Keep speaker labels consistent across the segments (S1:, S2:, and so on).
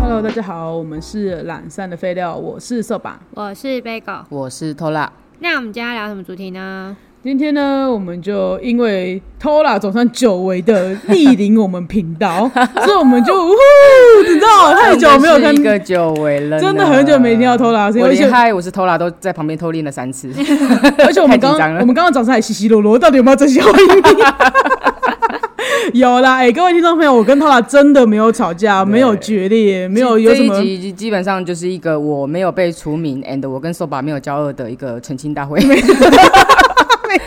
S1: Hello，大家好，我们是懒散的废料，我是色板。
S2: 我是 Bagel。
S3: 我是偷拉，
S2: 那我们今天要聊什么主题 呢？
S1: 今天呢，我们就因为 Tola 总算久违的莅临我们频 道，所以我们就呜呼，你知道太久没有
S3: 真
S1: 看
S3: 的是一个久违了呢，
S1: 真的很久没听到偷拉声音
S3: 我
S1: 而且
S3: 连嗨，我是偷拉都在旁边偷练了三次，
S1: 而且我们
S3: 太
S1: 刚
S3: 紧张了
S1: 我们刚刚早上还稀稀落落，到底有没有真心欢 迎你？有啦，哎、各位听众朋友，我跟 Tola 真的没有吵架，没有决裂， 没有有
S3: 这
S1: 什
S3: 一
S1: 么。
S3: 集基本上就是一个我没有被除名，and 我跟 Soba 没有交恶的一个澄清大会。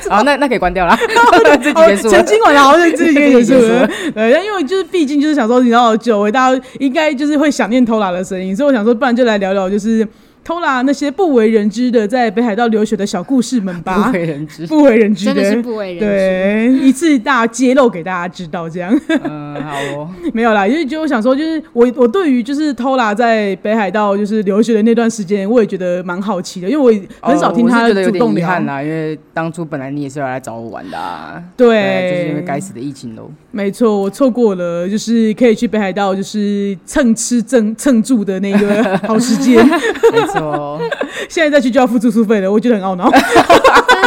S3: 好，那那可以关掉 了， 自己
S1: 哦，
S3: 结束了
S1: 澄。清完了，好像自己也结束
S3: 自己结束
S1: 了
S3: 了。
S1: 对，但因为就是毕竟就是想说，你知道久违，大家应该就是会想念偷拉的声音，所以我想说，不然就来聊聊就是偷拉那些不为人知的在北海道留学的小故事们吧
S3: 不，为 人知。
S1: 不为人知
S2: 真的是不为人知。
S1: 对，一次大揭露给大家知道，这样
S3: 嗯，好哦，
S1: 没有啦，因为就我想说，就是我我对于就是偷拉在北海道就是留学的那段时间，我也觉得蛮好奇的，因为我也很少听
S3: 哦我
S1: 他
S3: 是觉得有
S1: 主动
S3: 点遗
S1: 聊。
S3: 憾啦，因为当初本来你也是要来找我玩的啊。
S1: 对
S3: 就是因为该死的疫情喽。
S1: 没错，我错过了，就是可以去北海道，就是蹭吃蹭蹭住的那个好时间。
S3: 没 错，
S1: 现在再去就要付住宿费了，我觉得很懊恼。
S2: 真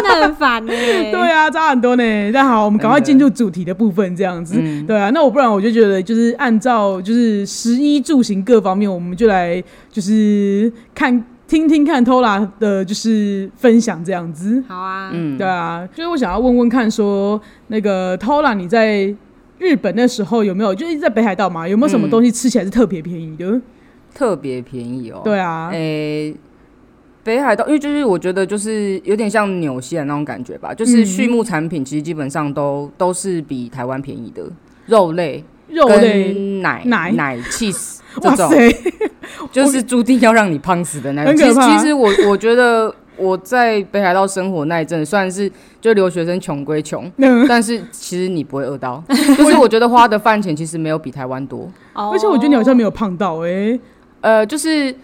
S2: 的很烦呢、
S1: 对啊，差很多呢。那好，我们赶快进入主题的部分，这样子。对啊，那我不然我就觉得，就是按照就是食衣住行各方面，我们就来就是看听听看 Tola 的就是分享这样子。
S2: 好啊，
S3: 嗯，
S1: 对啊，就是我想要问问看说，那个 Tola 你在日本那时候有没有，就是在北海道嘛，有没有什么
S3: 嗯
S1: 东西吃起来是特别便宜的？
S3: 特别便宜哦。
S1: 对啊，
S3: 诶、北海道，因为就是我觉得就是有点像纽西兰那种感觉吧，
S1: 嗯
S3: 就是畜牧产品其实基本上都都是比台湾便宜的，肉类、
S1: 肉类，
S3: 跟奶、
S1: 奶
S3: 奶、cheese 这
S1: 哇
S3: 种，
S1: 塞，
S3: 就是注定要让你胖死的那种。
S1: 很
S3: 其
S1: 可
S3: 实
S1: 怕
S3: 其实我我觉得我在北海道生活那一阵，虽然是就留学生穷归穷，
S1: 嗯，
S3: 但是其实你不会饿到，就是我觉得花的饭钱其实没有比台湾多。
S2: 哦
S1: 而且我觉得你好像没有胖到哎、
S3: 呃，就是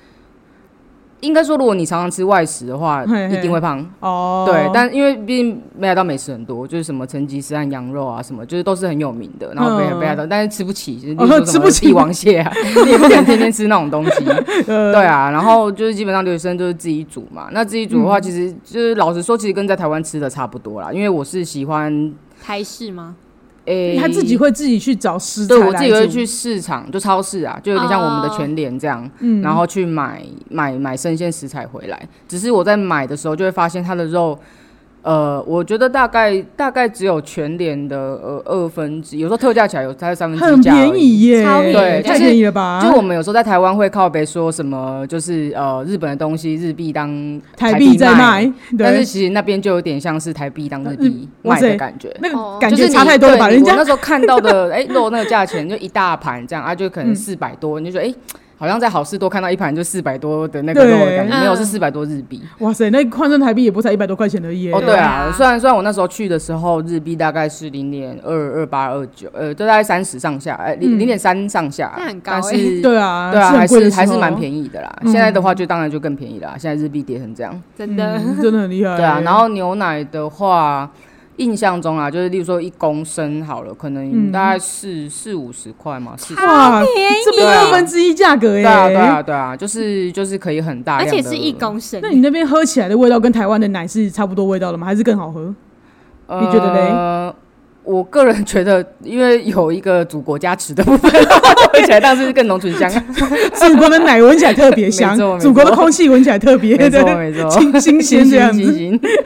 S3: 应该说，如果你常常吃外食的话，
S1: 嘿嘿
S3: 一定会胖。
S1: 哦，
S3: 对，但因为毕竟北海道美食很多，就是什么成吉思汗羊肉啊，什么就是都是很有名的。然后北
S1: 嗯
S3: 北海道，但是吃不起，就是例
S1: 哦
S3: 如说
S1: 吃
S3: 什么
S1: 不起
S3: 帝王蟹 啊，你也不可能天天吃那种东西。
S1: 呃
S3: 对啊，然后就是基本上留学生就是自己煮嘛。那自己煮的
S1: 嗯
S3: 话，其实就是老实说，其实跟在台湾吃的差不多啦。因为我是喜欢
S2: 台式吗？
S3: 诶，
S1: 他自己会自己去找食材
S3: 对
S1: 来煮，
S3: 我自己会去市场，就超市啊，就有点像我们的
S2: 哦
S3: 全联这样，
S1: 嗯
S3: 然后去买买买生鲜食材回来。只是我在买的时候就会发现它的肉，呃，我觉得大概大概只有全联的呃二分之，有时候特价起来有它三分之
S1: 很
S3: 一价而
S1: 便
S3: 已。
S1: 宜啊耶，
S2: 超便宜
S1: 太
S3: 对就是
S1: 便宜了吧？
S3: 就我们有时候在台湾会靠北说什么，就是呃日本的东西日币当
S1: 台
S3: 币
S1: 币在卖，，
S3: 但是
S1: 对，呃嗯
S3: 其实那边就有点像是台币当日币
S1: 哇
S3: 卖的
S1: 塞
S3: 感觉。
S1: 那个
S2: 哦
S1: 感
S3: 就
S1: 觉
S3: 是
S1: 差
S3: 你
S1: 太多了吧？
S3: 对
S1: 人
S3: 我
S1: 家
S3: 那时候看到的，哎、肉那个价钱就一大盘这样啊，就可
S1: 嗯
S3: 能四百多，你就觉得哎、好像在好事多看到一盘就四百多的那个
S1: 对
S3: 肉的感觉，
S2: 嗯
S3: 没有是四百多日币。
S1: 哇塞，那换算台币也不才一百多块钱而已耶。
S3: 哦，
S2: 对
S3: 对啊
S2: 啊，
S3: 虽然虽然我那时候去的时候日币大概是零点二二八二九，呃，就大概三十上下，哎、零零点三上下，
S2: 那很高
S3: 但
S2: 欸
S1: 嗯
S3: 是。
S1: 对啊，
S3: 对啊，
S1: 是
S3: 还
S1: 很贵
S3: 是
S1: 的时候嗯
S3: 还是蛮便宜的啦。现在的话，就当然就更便宜啦。现在日币跌成这样，
S2: 真的，
S1: 嗯真的很厉害。
S3: 对啊。然后牛奶的话，印象中啊，就是例如说一公升好了，可
S1: 嗯
S3: 能大概四四五十块嘛，四十
S1: 哇，
S2: 哦
S1: 这边
S3: 对啊
S1: 二分之一价格耶。
S3: 对啊，对啊，对啊，就是就是可以很大
S2: 而
S3: 量的，
S2: 且是一公升
S1: 那。你那边喝起来的味道跟台湾的奶是差不多味道了吗？还是更好喝？
S3: 呃，
S1: 你觉得
S3: 嘞？我个人觉得，因为有一个祖国加持的部分， 喝起来当然是更浓醇香。啊
S1: 祖国的奶闻起来特别香
S3: 没错，没错
S1: 祖国的空气闻起来特别
S3: 没错，
S1: 的
S3: 没错，
S1: 清新鲜这样
S3: 清
S1: 子。
S3: 新。清新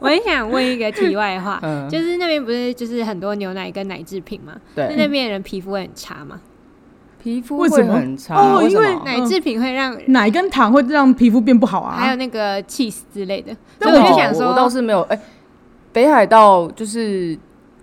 S2: 我也想问一个题 外话，
S3: 嗯
S2: 就是那边不是就是很多牛奶跟奶制品嘛？
S1: 嗯
S2: 那
S3: 对，
S2: 那边的人皮肤会很差吗？
S3: 皮肤
S1: 为
S3: 会
S1: 什么
S3: 很差
S1: 哦
S3: 为什
S1: 因为
S3: 么
S2: 奶制品会让，
S1: 奶跟糖会让皮肤变不好
S2: 还有
S1: 啊。
S2: 那个 cheese 之类的，所
S1: 但
S2: 以
S1: 我
S2: 我
S1: 觉
S2: 就
S1: 得
S2: 想说，
S3: 哦我倒是没有。哎、北海道就是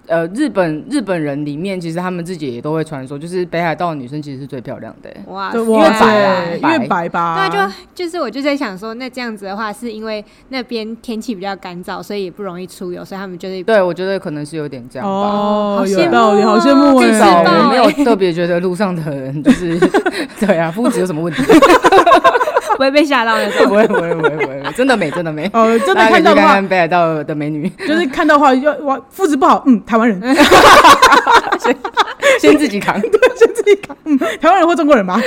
S3: 呃，日本日本人里面，其实他们自己也都会传说，就是北海道的女生其实是最漂亮的、哎
S2: 哇
S1: 对
S2: 塞，
S1: 哇
S3: 因为白
S1: 塞
S3: 啊
S1: 因为
S3: 白
S1: 白吧，
S2: 对啊，就就是我就在想说，那这样子的话，是因为那边天气比较干燥，所以也不容易出油，所以他们就是
S3: 对，我觉得可能是有点这样吧。
S1: 哦
S2: 好，羡
S1: 有
S2: 慕
S1: 道理，好
S2: 哦
S1: 羡慕
S3: 至
S1: 哎、
S2: 是
S3: 少
S2: 吧
S3: 我 没有特别觉得路上的人就是对啊，肤质有什么问题？
S2: 不会被吓到那
S3: 不
S2: 种。
S3: 会不会不会不会，不会真的美真的美，
S1: 呃，真的
S3: 大家可
S1: 看
S3: 以去
S1: 到的
S3: 看
S1: 话，
S3: 看北海道的美女，
S1: 就是看到的话要哇，肤质不好，嗯，台湾人，
S3: 先自己扛。
S1: 先自己看，嗯， 台湾人或中国人吧，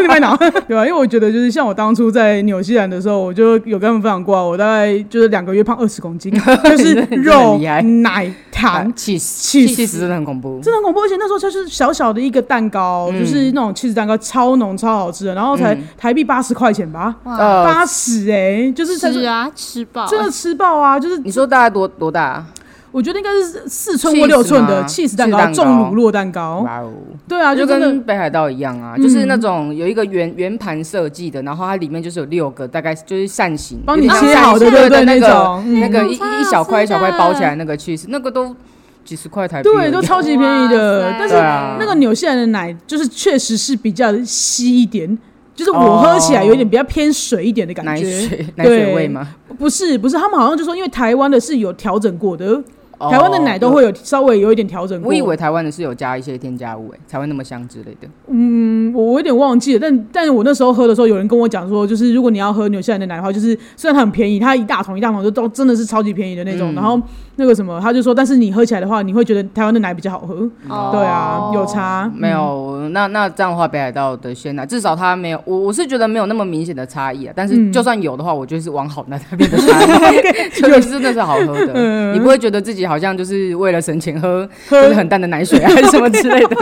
S1: 你麦脑， 对啊吧、因为我觉得就是像我当初在纽西兰的时候，我就有跟他们分享过啊，我大概就是两个月胖二十公 斤，就是肉
S3: 厉害、
S1: 奶、 糖。
S3: 气死
S1: 气死
S3: 气死，真的很恐怖。
S1: 真的很恐怖，而且那时候它就是小小的一个蛋糕，就是那种气质蛋糕，超浓超好吃的，然后才
S3: 嗯
S1: 台币八十块钱吧，
S2: 哇，
S3: 呃，
S1: 八十哎，就是才
S2: 吃
S1: 是
S2: 啊，吃饱。
S1: 真的吃爆啊！就是
S3: 你说大概多多大啊？
S1: 我觉得应该是四寸或六寸的
S3: Cheese 吗
S1: cheese 蛋糕，
S3: 啊 cheese 蛋糕
S1: 重乳酪蛋糕，
S3: 哇哦！
S1: 对啊，
S3: 就
S1: 就真的嗯
S3: 跟北海道一样啊，就是那种有一个圆圆盘设计的，然后它里面就是有六个，大概就是扇形，
S1: 帮你
S3: 有点像
S1: 切好的
S3: 扇形
S1: 对不对
S3: 那
S1: 那
S3: 个
S1: 种嗯
S3: 那个一
S2: 超好
S3: 一小块一小块
S2: 吃的啊
S3: 包起来那个 cheese，那个都几十块台币而
S1: 对，
S3: 已，
S1: 都超级便宜的
S2: 哇塞。
S1: 但是
S3: 对啊
S1: 那个纽西兰的奶就是确实是比较稀一点，就是我喝起来有点比较偏水一点的感
S3: 奶
S1: 觉。
S3: 水奶水
S1: 对
S3: 味吗？
S1: 不是不是，他们好像就说因为台湾的是有调整过的，
S3: 哦
S1: 台湾的奶都会有稍微有一点调整过。
S3: 我以为台湾的是有加一些添加物，哎，才会那么香之类的。
S1: 嗯，我我有点忘记了，但但是我那时候喝的时候，有人跟我讲说，就是如果你要喝纽西兰的奶的话，就是虽然它很便宜，它一大桶一大桶就都真的是超级便宜的那
S3: 嗯
S1: 种。然后那个什么，他就说，但是你喝起来的话，你会觉得台湾的奶比较好喝。
S2: 哦
S1: 对啊，有差。
S3: 没有，
S1: 嗯
S3: 那那这样的话，北海道的鲜奶至少它没有，我我是觉得没有那么明显的差异啊。但
S1: 嗯
S3: 是就算有的话，我觉得是往好奶那边的差 异，就是真的是好喝的，你不会觉得自己好像就是为了省钱喝
S1: 嗯 喝
S3: 就是很淡的奶水啊还是什么之类 的。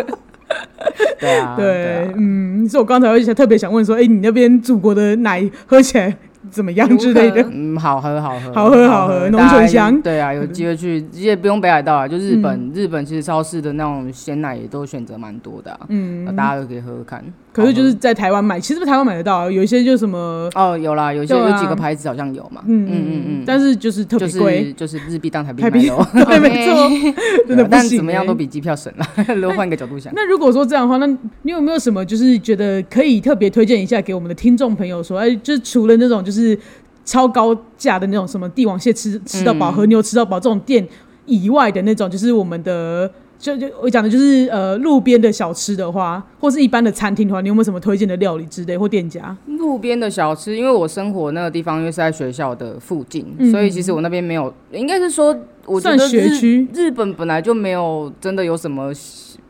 S3: 对啊，对
S1: 对
S3: 啊，
S1: 嗯，所以我刚才会想特别想问说，哎、你那边祖国的奶喝起来怎么样
S2: 如
S1: 之类的
S2: 何？
S3: 嗯，好喝，好喝，
S1: 好喝好喝浓
S3: 大家
S1: 醇香嗯
S3: 对啊，有机会去，也不用北海道啊，就日本，日本其实超市的那种鲜奶也都选择蛮多的、啊，嗯，大家都可以喝喝看。
S1: 可是就
S3: 好
S1: 是在台湾
S3: 哦
S1: 买，其实台湾买得到啊，有一些就什么，
S3: 喝哦，有啦，有些、
S1: 对啊
S3: 有几个牌子好像有嘛，嗯嗯嗯，
S1: 但是就是特
S3: 就
S1: 别
S3: 是
S1: 贵，
S3: 就是日币当台币
S1: 台
S3: 买
S1: 币
S3: 的哦，
S1: 对，没错
S2: OK，
S1: 真的
S3: 对啊
S1: 不
S3: 但
S1: 行
S3: 怎么样
S1: 欸
S3: 都比机票省了。 如果换个角度想，
S1: 那如果说这样的话，那你有没有什么就是觉得可以特别推荐一下给我们的听众朋友说？哎，就是除了那种就是超高价的那种什么帝王蟹吃吃到饱、和牛吃到饱这种店以外的那种，就是我们的就就我讲的就是呃路边的小吃的话，或是一般的餐厅的话，你有没有什么推荐的料理之类或店家？
S3: 路边的小吃，因为我生活那个地方因为是在学校的附近，所以其实我那边没有，应该是说我觉得
S1: 嗯算学
S3: 日
S1: 区
S3: 日本本来就没有真的有什么，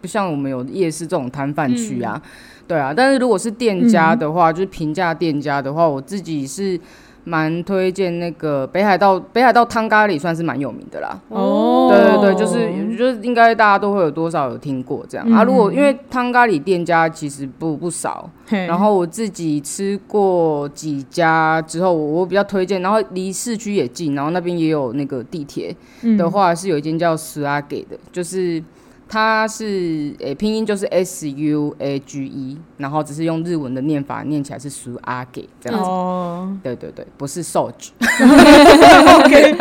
S3: 不像我们有夜市这种摊贩区啊，
S1: 嗯
S3: 对啊。但是如果是店家的话，就是平价店家的话，我自己是蛮推荐那个北海道北海道汤咖喱算是蛮有名的啦。
S1: 哦
S3: 对对对，就是就是应该大家都会有多少有听过这样、啊。如果因为汤咖喱店家其实不不少，
S1: 嘿
S3: 然后我自己吃过几家之后，我我比较推荐，然后离市区也近，然后那边也有那个地铁嗯的话，是有一间叫 s u a g e 的，就是它是诶、拼音就是 S U A G E，然后只是用日文的念法念起来是 s u a g e 这样子。
S1: 哦
S3: 对对对，不是 s o j
S1: ，OK，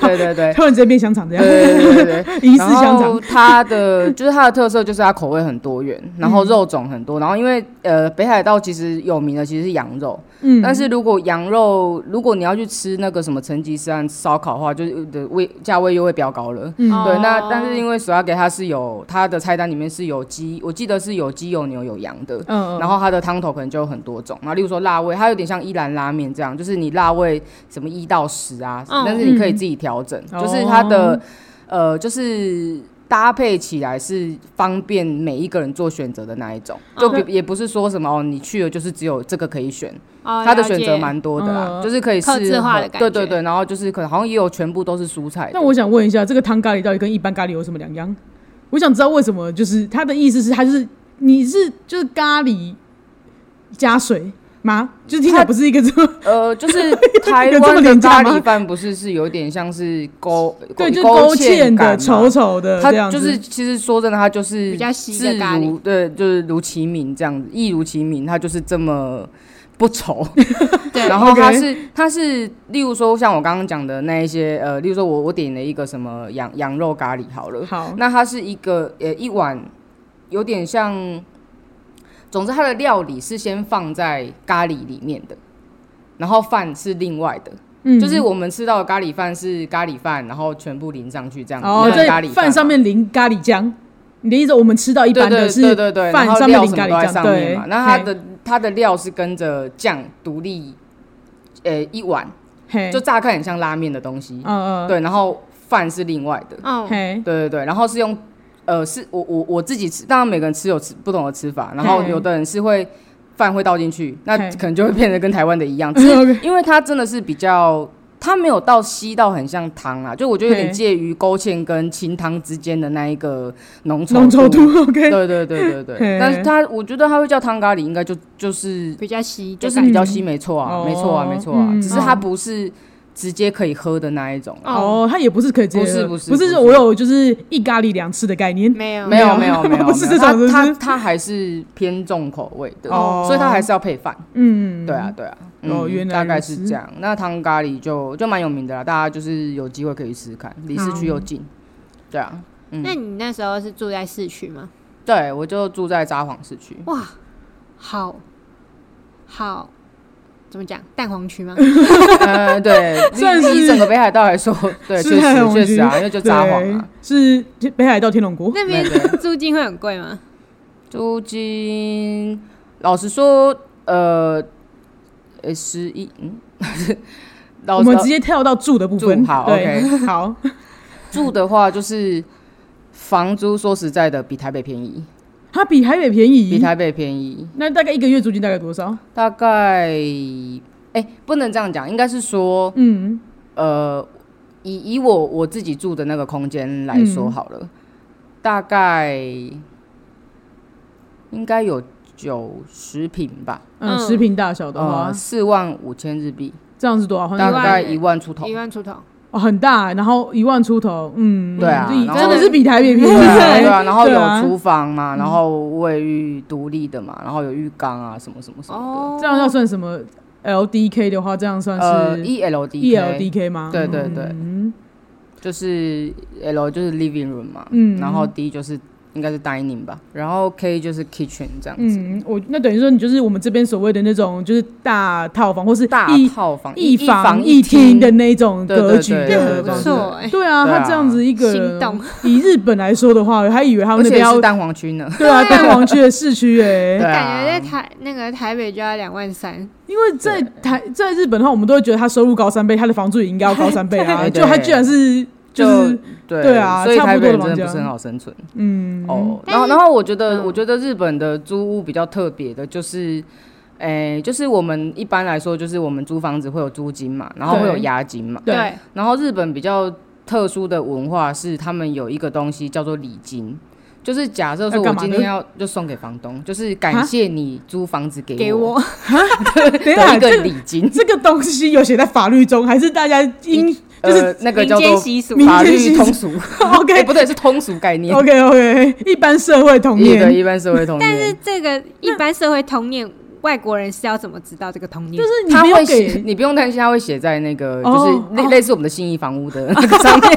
S3: 对对对。
S1: 突然之间变香肠这样，
S3: 对对对对，
S1: 疑似
S3: 然
S1: 香肠
S3: 后，它 的就是它的特色就是它口味很多元，
S1: 嗯
S3: 然后肉种很多，然后因为呃北海道其实有名的其实是羊肉，
S1: 嗯
S3: 但是如果羊肉如果你要去吃那个什么成吉思汗烧烤的话，就是呃的味价位又会飙高了。
S1: 嗯
S3: 对，那
S2: 哦
S3: 但是因为索亚给它是有它的菜单里面是有鸡，我记得是有鸡有牛有羊的，
S1: 嗯，
S3: 然后它的汤头可能就有很多种，然后例如说辣味，它有点像伊兰拉面这样，就是你辣味什么一到十啊，
S2: 嗯
S3: 但是你可以自己调整，
S1: 嗯
S3: 就是它的呃就是。搭配起来是方便每一个人做选择的那一种，就
S1: 嗯
S3: 比也不是说什么哦，你去了就是只有这个可以选，
S2: 哦
S3: 它的选择？
S2: 了解
S3: 蛮多的啦，
S1: 嗯
S3: 就是可以
S2: 客
S3: 适
S2: 制化
S3: 合
S2: 的感
S3: 对对
S2: 觉
S3: 对，然后就是可能好像也有全部都是蔬菜的。
S1: 那我想问一下，这个汤咖喱到底跟一般咖喱有什么两样？我想知道为什么，就是它的意思是，它就是你是就是咖喱加水吗？就是听起来不是一个这 么
S3: 呃，就 是
S1: 有
S3: 台
S1: 这么
S3: 湾的
S1: 廉价
S3: 咖
S1: 吗
S3: 喱饭不是是有点像是勾
S1: 对，就是
S3: 勾
S1: 勾芡
S3: 感
S1: 的、
S3: 嘛
S1: 稠稠的呃这
S3: 它
S1: 样子，
S3: 就是其实说真的，它就是
S2: 比较稀的咖喱
S3: 自如对，就是如其名这样子，亦如其名，它就是这么不稠。
S2: 对，
S3: 然后
S1: OK
S3: 它是它是，例如说像我刚刚讲的那一些，呃，例如说我我点了一个什么羊羊肉咖喱好了，
S1: 好
S3: 那它是一个呃一碗，有点像，总之它的料理是先放在咖喱里面的，然后饭是另外的，
S1: 嗯
S3: 就是我们吃到的咖喱饭是咖喱饭，然后全部淋上去这样，
S1: 哦，
S3: 那个咖
S1: 在
S3: 喱
S1: 饭
S3: 嘛
S1: 上。面淋咖喱酱。你的意思，我们吃到一
S3: 对
S1: 般
S3: 对
S1: 的
S3: 对
S1: 是
S3: 对对，然
S1: 饭
S3: 后
S1: 上面
S3: 料
S1: 淋
S3: 什么
S1: 咖
S3: 都在
S1: 喱
S3: 上
S1: 酱，
S3: 面
S1: 对
S3: 嘛。，那它
S1: 嘿
S3: 的它的料是跟着酱独立呃、一碗，
S1: 嘿，
S3: 就乍看很像拉面的东西，
S1: 嗯嗯，
S3: 对，然后饭是另外的，
S2: 哦，
S1: 嘿，
S3: 对对对，然后是用呃，是我我我自己吃，当然每个人吃有吃不同的吃法，然后
S1: 嘿
S3: 有的人是会饭会倒进去，那
S1: 嘿
S3: 可能就会变得跟台湾的一 样，只是
S1: OK
S3: 因为它真的是比较。它没有到稀到很像汤啊，就我觉得有点
S1: 嘿
S3: 介于勾芡跟清汤之间的那一个浓稠
S1: 浓稠度 OK，
S3: 对对对
S1: 嘿
S3: 对对，但是它我觉得它会叫汤咖喱，应该就就是
S2: 比较稀的
S3: 就
S2: 感觉，
S3: 是比较稀，没错
S1: 哦
S3: 啊，没错啊，没错啊
S1: 嗯，
S3: 只是它不是直接可以喝的那一种啊，
S1: 哦，它也不是可以直接
S3: 不是
S1: 的
S3: 不是
S1: 不是
S3: 不
S1: 说
S3: 是
S1: 我有就是一咖喱两次的概念，
S2: 没有
S3: 没有
S1: 哦没
S3: 没
S1: 有
S3: 有没 有，
S1: 不是
S3: 没
S1: 这
S3: 有
S1: 种
S3: 它
S1: 就是
S3: 它它还是偏重口味的，
S1: 哦
S3: 所以它还是要配饭，
S1: 嗯，
S3: 对啊对啊，
S1: 哦
S3: 嗯
S1: 原来
S3: 大概
S1: 如此
S3: 是这样。那汤咖喱就就蛮有名的啦，大家就是有机会可以试试看，离市区又近，对啊，
S2: 那你那时候是住在市区吗？
S3: 对我就住在札幌 市区，
S2: 哇，好，好，怎么讲？蛋黄区吗？
S3: 呃，对，
S1: 算是
S3: 以以整个北海道来说，对，
S1: 是
S3: 确
S1: 太
S3: 实
S1: 红
S3: 确实啊，
S1: 区
S3: 因为就札幌啊，
S1: 对是北海道天龙国，
S2: 那边
S3: 对
S2: 租金会很贵吗？
S3: 租金，老实说，呃，呃，十一，嗯，老
S1: 我们直接跳到住的部分，
S3: 住好
S1: 对， 好，
S3: 住的话就是房租，说实在的，比台北便宜，
S1: 它比台北便
S3: 比
S1: 宜，
S3: 台北便宜，
S1: 那大概一个月租金大概多少？
S3: 大概，哎、不能这样讲，应该是说，
S1: 嗯，
S3: 呃，以以我我自己住的那个空间来说
S1: 嗯
S3: 好了，大概应该有九十平吧，
S1: 嗯，
S2: 嗯
S1: 食品大小的话
S3: 呃，，四万五千日币。
S1: 这样是多少？好像
S3: 大
S1: 一万欸
S3: 概一万出头
S2: 一。万出头，
S1: 哦，很大，然后一万出头，嗯，
S3: 对啊
S1: 这一
S3: 然后
S1: 真的是比台北便宜，
S3: 对啊，
S1: 哎
S3: 对啊，然后
S1: 对
S3: 有
S1: 啊
S3: 厨房嘛，然后卫浴独立的嘛，然后有浴缸啊，什么什么什么
S2: 哦，
S1: 这样要算什么？LDK 的话，这样
S3: 的。
S1: 算
S3: 呃
S1: 是
S3: ，E L D
S1: ELDK 吗？
S3: 对对对
S1: 嗯
S3: 就是 L 就是 living room 嘛，
S1: 嗯
S3: 然后 D 就是应该是 dining 吧，然后 K 就是 kitchen 这样子，
S1: 嗯，我那等于说你就是我们这边所谓的那种就是大套房，或是
S3: 大
S1: 一
S3: 套房
S1: 一
S3: 房
S1: 房一厅
S3: 厅
S1: 的那种
S3: 对
S1: 格
S3: 对
S1: 局
S3: 对
S2: 那
S1: 的
S2: 很
S3: 对
S2: 不
S1: 房子。
S3: 对
S2: 错哎，
S1: 对啊，
S3: 对
S1: 他
S3: 啊
S1: 这样子一个
S2: 心
S1: 人，
S2: 动，
S1: 以日本来说的话，还以为他
S3: 而
S1: 们那
S3: 且
S1: 边要
S3: 是蛋黄区呢，
S1: 对啊，蛋黄区的市区哎
S3: 对，啊，
S2: 感觉在台那个台北就要两万三，
S1: 因为在台在日本的话，我们都会觉得他收入高三倍，他的房租也应该要高三倍啊，
S3: 对
S1: 就他居然是就
S3: 就是对
S1: 对啊
S3: 所以
S1: 差不
S3: 台北
S1: 多的房
S3: 人真的
S1: 价
S3: 不是很好生存。
S1: 嗯
S3: 哦，然后然后我觉得、我觉得日本的租屋比较特别的，就是，诶、就是我们一般来说就是我们租房子会有租金嘛，然后会有
S1: 对
S3: 押金嘛，
S1: 对
S2: 对，
S3: 然后日本比较特殊的文化是他们有一个东西叫做礼金。就是假设说
S1: 要
S3: 我
S1: 干嘛
S3: 今
S1: 呢
S3: 天要就送给房东，就是感谢你租房子给
S2: 给
S3: 我
S2: 我，
S1: 等一
S3: 的
S1: 下
S3: 一
S1: 这
S3: 个
S1: 个
S3: 礼金，
S1: 这个东西有写在法律中，还是大家因
S3: 呃，那个
S2: 民
S3: 叫
S2: 间
S3: 做
S2: 习俗
S1: 民，
S3: 法
S1: 间习
S3: 律
S1: 俗
S3: 通俗，哎
S1: OK
S3: 不对，是通俗概念，
S1: OK OK 一般社会童
S3: 一的
S1: 年，
S3: 一般社会通
S2: 但是
S3: 念。
S2: 这个一般社会童年，外国人是要怎么知道这个童年？
S1: 就是你
S3: 他
S1: 没有
S3: 会写，
S1: 给
S3: 你不用担心，他会写在那个
S1: 哦
S3: 就是类类似我们的信义房屋的那个上面，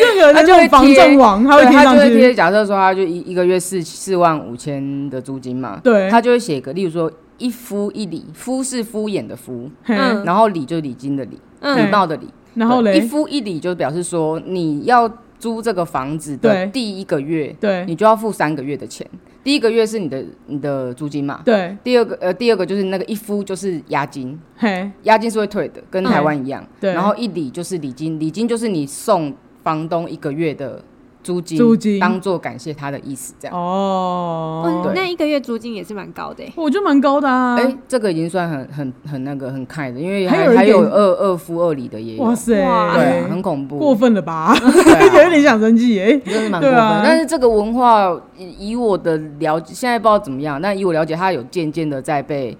S1: 任何
S3: 他
S1: 那
S3: 就会
S1: 种防
S3: 贴
S1: 震网，他会
S3: 对
S1: 贴
S3: 他就
S1: 上
S3: 会贴。
S1: 去。
S3: 假设说他就一一个月四四万五千的租金嘛，
S1: 对
S3: 他就会写个，例如说一夫一礼，夫是敷衍的敷，
S1: 嘿
S2: 嗯
S3: 然后礼就是礼金的礼，
S2: 嗯
S3: 礼貌的礼，
S1: 然后
S3: 对一
S1: 嘞，
S3: 夫一礼就表示说你要租这个房子的
S1: 对
S3: 第一个月，
S1: 对
S3: 你就要付三个月的钱，第一个月是你的你的租金嘛，
S1: 对，
S3: 第二个呃第二个就是那个一夫就是押金，
S1: 嘿，
S3: 押金是会退的，跟台湾一样。
S1: 嗯对
S3: 然后一礼就是礼金，礼金就是你送房东一个月的租金，
S1: 租金
S3: 当做感谢他的意思，这样。
S1: 哦，
S2: 哇
S3: 对
S2: 那一个月租金也是蛮高的欸，
S1: 我觉得蛮高的啊
S3: 哎、。这个已经算很很很那个很开的，因为
S1: 还有
S3: 还
S1: 人
S3: 还
S1: 给
S3: 有
S1: 你
S3: 二二夫二礼的也有
S1: 哇，塞，
S2: 哇
S3: 对啊，很恐
S1: 过
S3: 怖，
S1: 分了吧？
S3: 对啊
S1: 有点想生气耶。
S3: 真的蛮过
S1: 对
S3: 分。
S1: 啊
S3: 但是这个文化以以我的了解，现在不知道怎么样，但以我了解，它有渐渐的在被。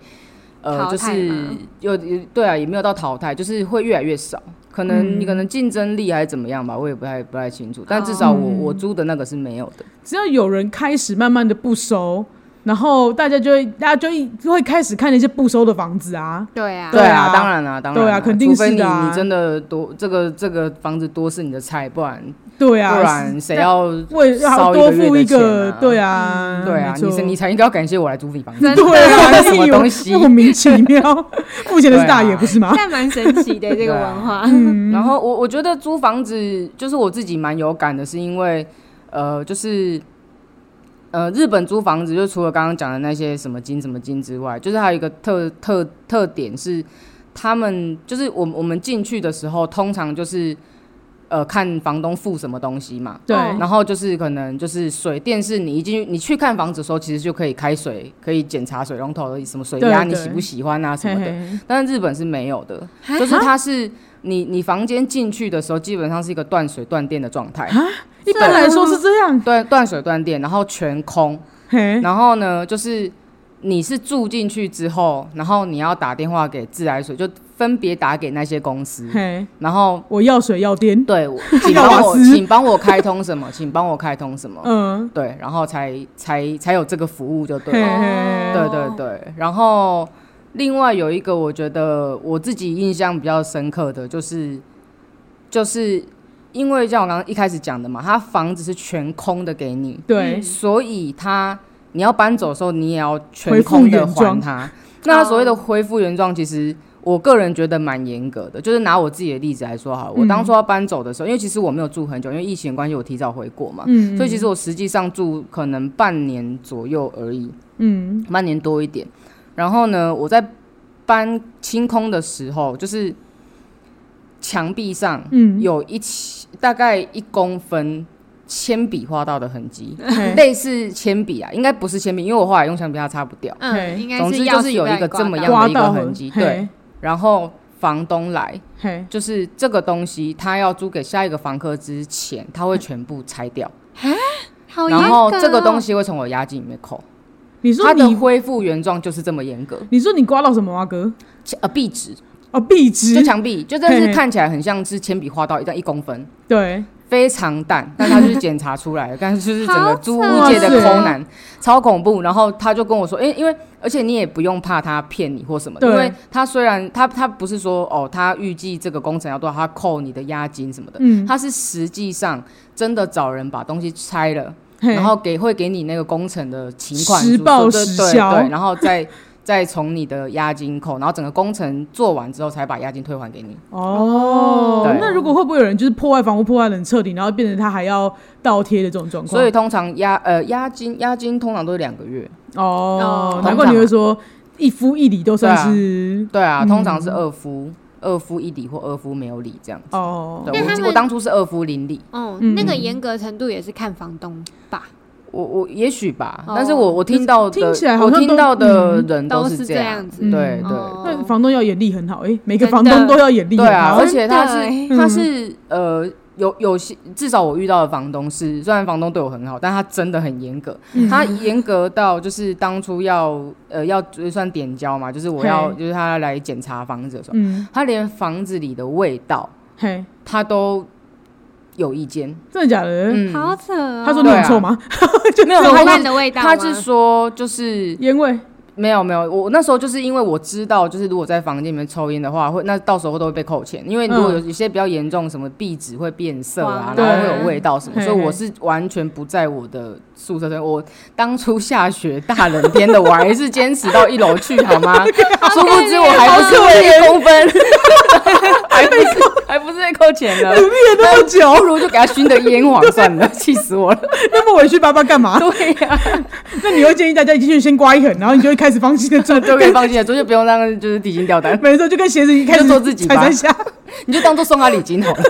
S3: 呃，
S2: 淘
S3: 就
S2: 汰
S3: 是
S2: 吗
S3: 有有对啊，也没有到淘汰，就是会越来越少。可能、
S1: 嗯
S3: 你可能竞争力还是怎么样吧，我也不太不太清楚。但至少
S1: 哦
S3: 我、我租的那个是没有的。
S1: 只要有人开始慢慢的不收，然后大家就会大家就会就会开始看那些不收的房子啊。
S2: 对啊，
S1: 对啊
S3: 啊，当然啊，当然、
S1: 对啊肯定
S3: 除非
S1: 是
S3: 你
S1: 的啊
S3: 你真的多这个这个房子多是你的菜，不然、
S1: 对啊，
S3: 不然谁要
S1: 为要
S3: 烧一
S1: 多
S3: 个
S1: 付
S3: 月
S1: 一
S3: 的钱
S1: 个
S3: 啊，
S1: 对啊，
S3: 对啊，
S1: 没错
S3: 你是你才应该要感谢我来租你房子。
S2: 真
S1: 对
S2: 的，
S1: 啊，
S3: 这 是什么
S1: 你以为
S3: 东西
S1: 莫名其妙， 付钱的是大爷
S3: 对啊
S1: 不是吗？
S2: 但蛮神奇的这个文 化，
S1: 嗯
S3: 然后我我觉得租房子就是我自己蛮有感的，是因为呃，就是呃，日本租房子就除了刚刚讲的那些什么金什么金之外，就是还有一个特特特点是，他们就是我们我们进去的时候，通常就是呃看房东付什么东西嘛，
S1: 对，
S2: 哦
S3: 然后就是可能就是水电是你一进去你去看房子的时候，其实就可以开水，可以检查水龙头的什么水压，
S1: 对
S3: 你
S1: 对
S3: 喜不喜欢啊什
S1: 嘿
S3: 么的。
S1: 嘿
S3: 但是日本是没有的，就是它是你你房间进去的时候，基本上是一个断水断电的状态，
S1: 一般来说是这样，
S3: 对，断水断电，然后全空。
S1: 嘿，
S3: 然后呢，就是你是住进去之后，然后你要打电话给自来水，就分别打给那些公司，
S1: 嘿，
S3: 然后
S1: 我要水要电，
S3: 对，我请
S1: 要
S3: 帮
S1: 瓦
S3: 我，
S1: 斯
S3: 请帮我开通什么，请帮我开通什么，
S1: 嗯，
S3: 对，然后才才才有这个服务就
S1: 嘿
S3: 对了，啊
S2: 嗯
S1: 嘿，
S3: 对对
S2: 哦
S3: 对，然后另外有一个我觉得我自己印象比较深刻的就是就是。因为像我刚刚一开始讲的嘛，它房子是全空的给你，
S1: 对，
S3: 所以他你要搬走的时候，你也要全
S1: 恢复
S3: 空的
S1: 原
S3: 还
S1: 状哦
S3: 他。那他所谓的恢复原状，其实我个人觉得蛮严格的。就是拿我自己的例子来说好
S1: 嗯
S3: 了，我当初要搬走的时候，因为其实我没有住很久，因为疫情的关系，我提早回国嘛，
S1: 嗯，
S3: 所以其实我实际上住可能半年左右而已，
S1: 嗯，
S3: 半年多一点。然后呢，我在搬清空的时候，就是墙壁上
S1: 嗯
S3: 有一起大概一公分铅笔画到的痕迹，
S1: 嘿
S3: 类似铅笔啊，应该不是铅笔，因为我后来用铅笔它擦不掉。
S1: 嘿
S2: 嗯，应该
S3: 总之
S2: 钥
S3: 就是
S2: 匙
S3: 有一
S2: 被
S3: 个
S2: 刮
S3: 这么
S2: 到
S3: 样
S1: 刮
S3: 的一个
S1: 到
S3: 痕
S1: 了
S3: 迹，
S1: 嘿
S3: 对，然后房东来，
S1: 嘿，
S3: 就是这个东西他要租给下一个房客之前，他会全部拆掉，
S2: 好
S3: 然
S2: 严
S3: 后
S2: 格
S3: 这个
S2: 哦
S3: 东西会从我押金里面扣。
S1: 你说
S3: 它的
S1: 你，
S3: 恢复原状就是这么严格，
S1: 你说你刮到什么啊哥？
S3: 呃，壁纸
S1: 哦，壁纸
S3: 就，墙壁，就真的
S1: 嘿
S3: 是看起来很像是铅笔画到一样一公分，
S1: 对，
S3: 非常淡，但他就是检查出来的，但是就是整个租屋界的
S1: 好惨
S3: 抠男，超恐怖。然后他就跟我说，哎、因为而且你也不用怕他骗你或什么的，
S1: 对
S3: 因为他虽然他他不是说哦，他预计这个工程要多少，他扣你的押金什么的，
S1: 嗯，
S3: 他是实际上真的找人把东西拆了，
S1: 嘿
S3: 然后给会给你那个工程的请款
S1: 实
S3: 书
S1: 报
S3: 对
S1: 实
S3: 对
S1: 销
S3: 对，然后再 再从你的押金扣，然后整个工程做完之后才把押金退还给你。
S1: 哦
S3: 对，
S1: 那如果会不会有人就是破坏房屋破坏得很彻底，然后变成他还要倒贴的这种状况？
S3: 所以通常押呃押金押金通常都是两个月。
S1: 哦
S2: 哦，
S1: 难
S3: 通
S1: 怪
S3: 常
S1: 你会说一夫一礼都算是
S3: 对啊，通常是二夫、二夫一礼或二夫没有礼这样。
S1: 哦
S3: 对，啊
S2: 那他
S3: 我记
S2: 们
S3: 我当初是二夫零礼，
S2: 哦，那个严格程度也是看房东吧，
S3: 我我也许吧，
S2: 哦
S3: 但是我我听到的，
S1: 听起来好
S3: 我
S1: 像都
S3: 听到的人
S2: 都
S3: 是
S2: 这
S3: 这样。
S2: 样子。
S1: 嗯
S3: 对对
S2: 哦
S1: 那房东要眼力很好，哎，每个
S2: 真的
S1: 房东都要眼力
S3: 对
S1: 很
S3: 啊，
S1: 好
S3: 而。且他是、
S2: 真欸
S3: 他是呃有有些至少我遇到的房东是，虽然房东对我很好，但他真的很严格，他严格到就是当初要呃要就算点交嘛，就是我要
S1: 嘿
S3: 就是他来检查房子的时候，
S1: 嗯，
S3: 他连房子里的味道
S1: 嘿，
S3: 他都有意见。
S1: 真的假的？
S3: 嗯，
S2: 好扯哦。
S1: 他说你
S3: 对
S1: 很
S3: 啊
S1: 臭吗？
S3: 没有，
S2: 手
S3: 他
S2: 汗
S3: 是
S2: 的味道吗，
S3: 他是说就是
S1: 烟味
S3: 没有没有，我那时候就是因为我知道，就是如果在房间里面抽烟的话，会那到时候都会被扣钱，因为如果有一些比较严重，什么壁纸会变色啊
S2: 哇，
S3: 然后
S1: 嗯对
S3: 会有味道什么，
S1: 嘿
S3: 所以我是完全不在我的宿舍生活。我当初下雪大冷天的，我还是坚持到一楼去，好 吗？殊不知我还不是为了一公分， 还不是还不是被扣 钱了，
S1: 灭那么久，
S3: 不如就给他熏得烟黄算了，气死我 了。
S1: 那么委屈巴巴干嘛？
S3: 对呀、
S1: 那你会建议大家进去先刮一痕，然后你就会开始放心的做，
S3: 就可以放心了，所以就不用让就是提心吊胆。
S1: 没错，就跟鞋子一开始
S3: 就做自己吧
S1: 踩三下。
S3: 你就当做送他礼金好了，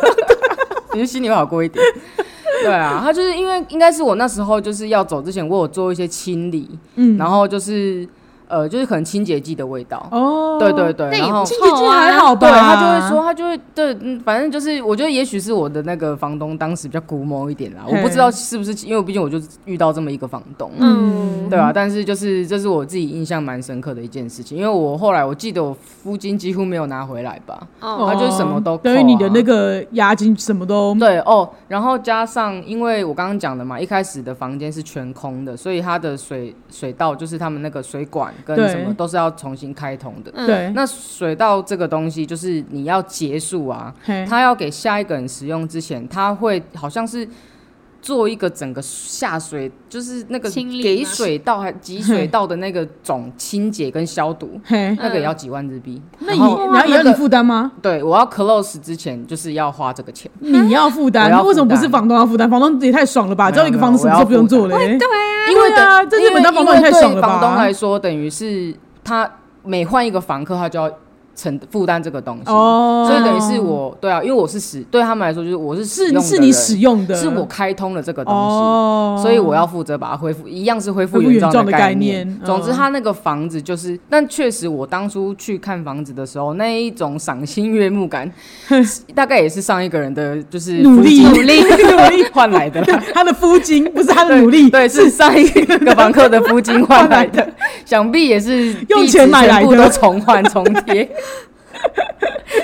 S3: 你就心里会好过一点。对啊，他就是因为应该是我那时候就是要走之前，我有做一些清理，
S1: 嗯
S3: 然后就是呃，就是可能清洁剂的味道，
S1: 哦
S3: 对对对，
S2: 那也
S3: 然后
S2: 不。
S1: 清洁剂还好吧？
S3: 对他就会说，他就会对，嗯反正就是，我觉得也许是我的那个房东当时比较古某一点啦，我不知道是不是，因为我毕竟我就遇到这么一个房东，
S2: 嗯
S3: 对啊，但是就是这是我自己印象蛮深刻的一件事情，因为我后来我记得我租金几乎没有拿回来吧，
S2: 哦
S1: 嗯
S3: 他就是什么都扣啊
S1: 等于你的那个押金什么都
S3: 对哦，然后加上，因为我刚刚讲的嘛，一开始的房间是全空的，所以它的水水道就是他们那个水管跟
S1: 对
S3: 什么都是要重新开通的。
S2: 嗯
S1: 对，
S3: 那水道这个东西，就是你要结束啊，
S1: 嘿
S3: 它要给下一个人使用之前，它会好像是做一个整个下水，就是那个
S2: 清理
S3: 给
S2: 吗
S3: 水道还集水道的那个总清洁跟消毒，
S1: 嘿，
S3: 那个也要几万日币。
S1: 嗯那你
S3: 然后
S1: 然后也要
S3: 嗯那
S1: 你
S3: 个
S1: 负担吗？
S3: 对我要 close 之前就是要花这个钱，
S1: 你要负担，
S3: 嗯我要
S1: 那为什么不
S3: 负
S1: 是
S3: 担
S1: 房东要负担？房东也太爽了吧！
S3: 没有
S1: 知道一个房子什么时候不用做了、欸，
S3: 因为
S1: 对啊
S3: 等
S1: 在日本当房东也
S3: 因为
S1: 太爽了
S3: 对
S1: 吧
S3: 房东来说，等于是他每换一个房客，他就要承负担这个东西。
S1: 哦，
S3: 所以等于是我对啊，因为我是使对他们来说就是我是使
S1: 是
S3: 用的
S1: 是你
S3: 人
S1: 使用的，
S3: 是我开通了这个东西，
S1: 哦，
S3: 所以我要负责把它恢复，一样是恢复
S1: 恢复原状
S3: 状
S1: 的概
S3: 概
S1: 念
S3: 总
S1: 嗯
S3: 之，他那个房子就是，但确实我当初去看房子的时候，那一种赏心悦 目感，大概也是上一个人的就是
S1: 努 力
S3: 付出努力换来的啦。
S1: 对 他的夫金不是他的努力，
S3: 对，是上一个房客的租金换来的， 想必也 是
S1: 用
S3: 地址
S1: 钱买来的
S3: 全部都重换重贴，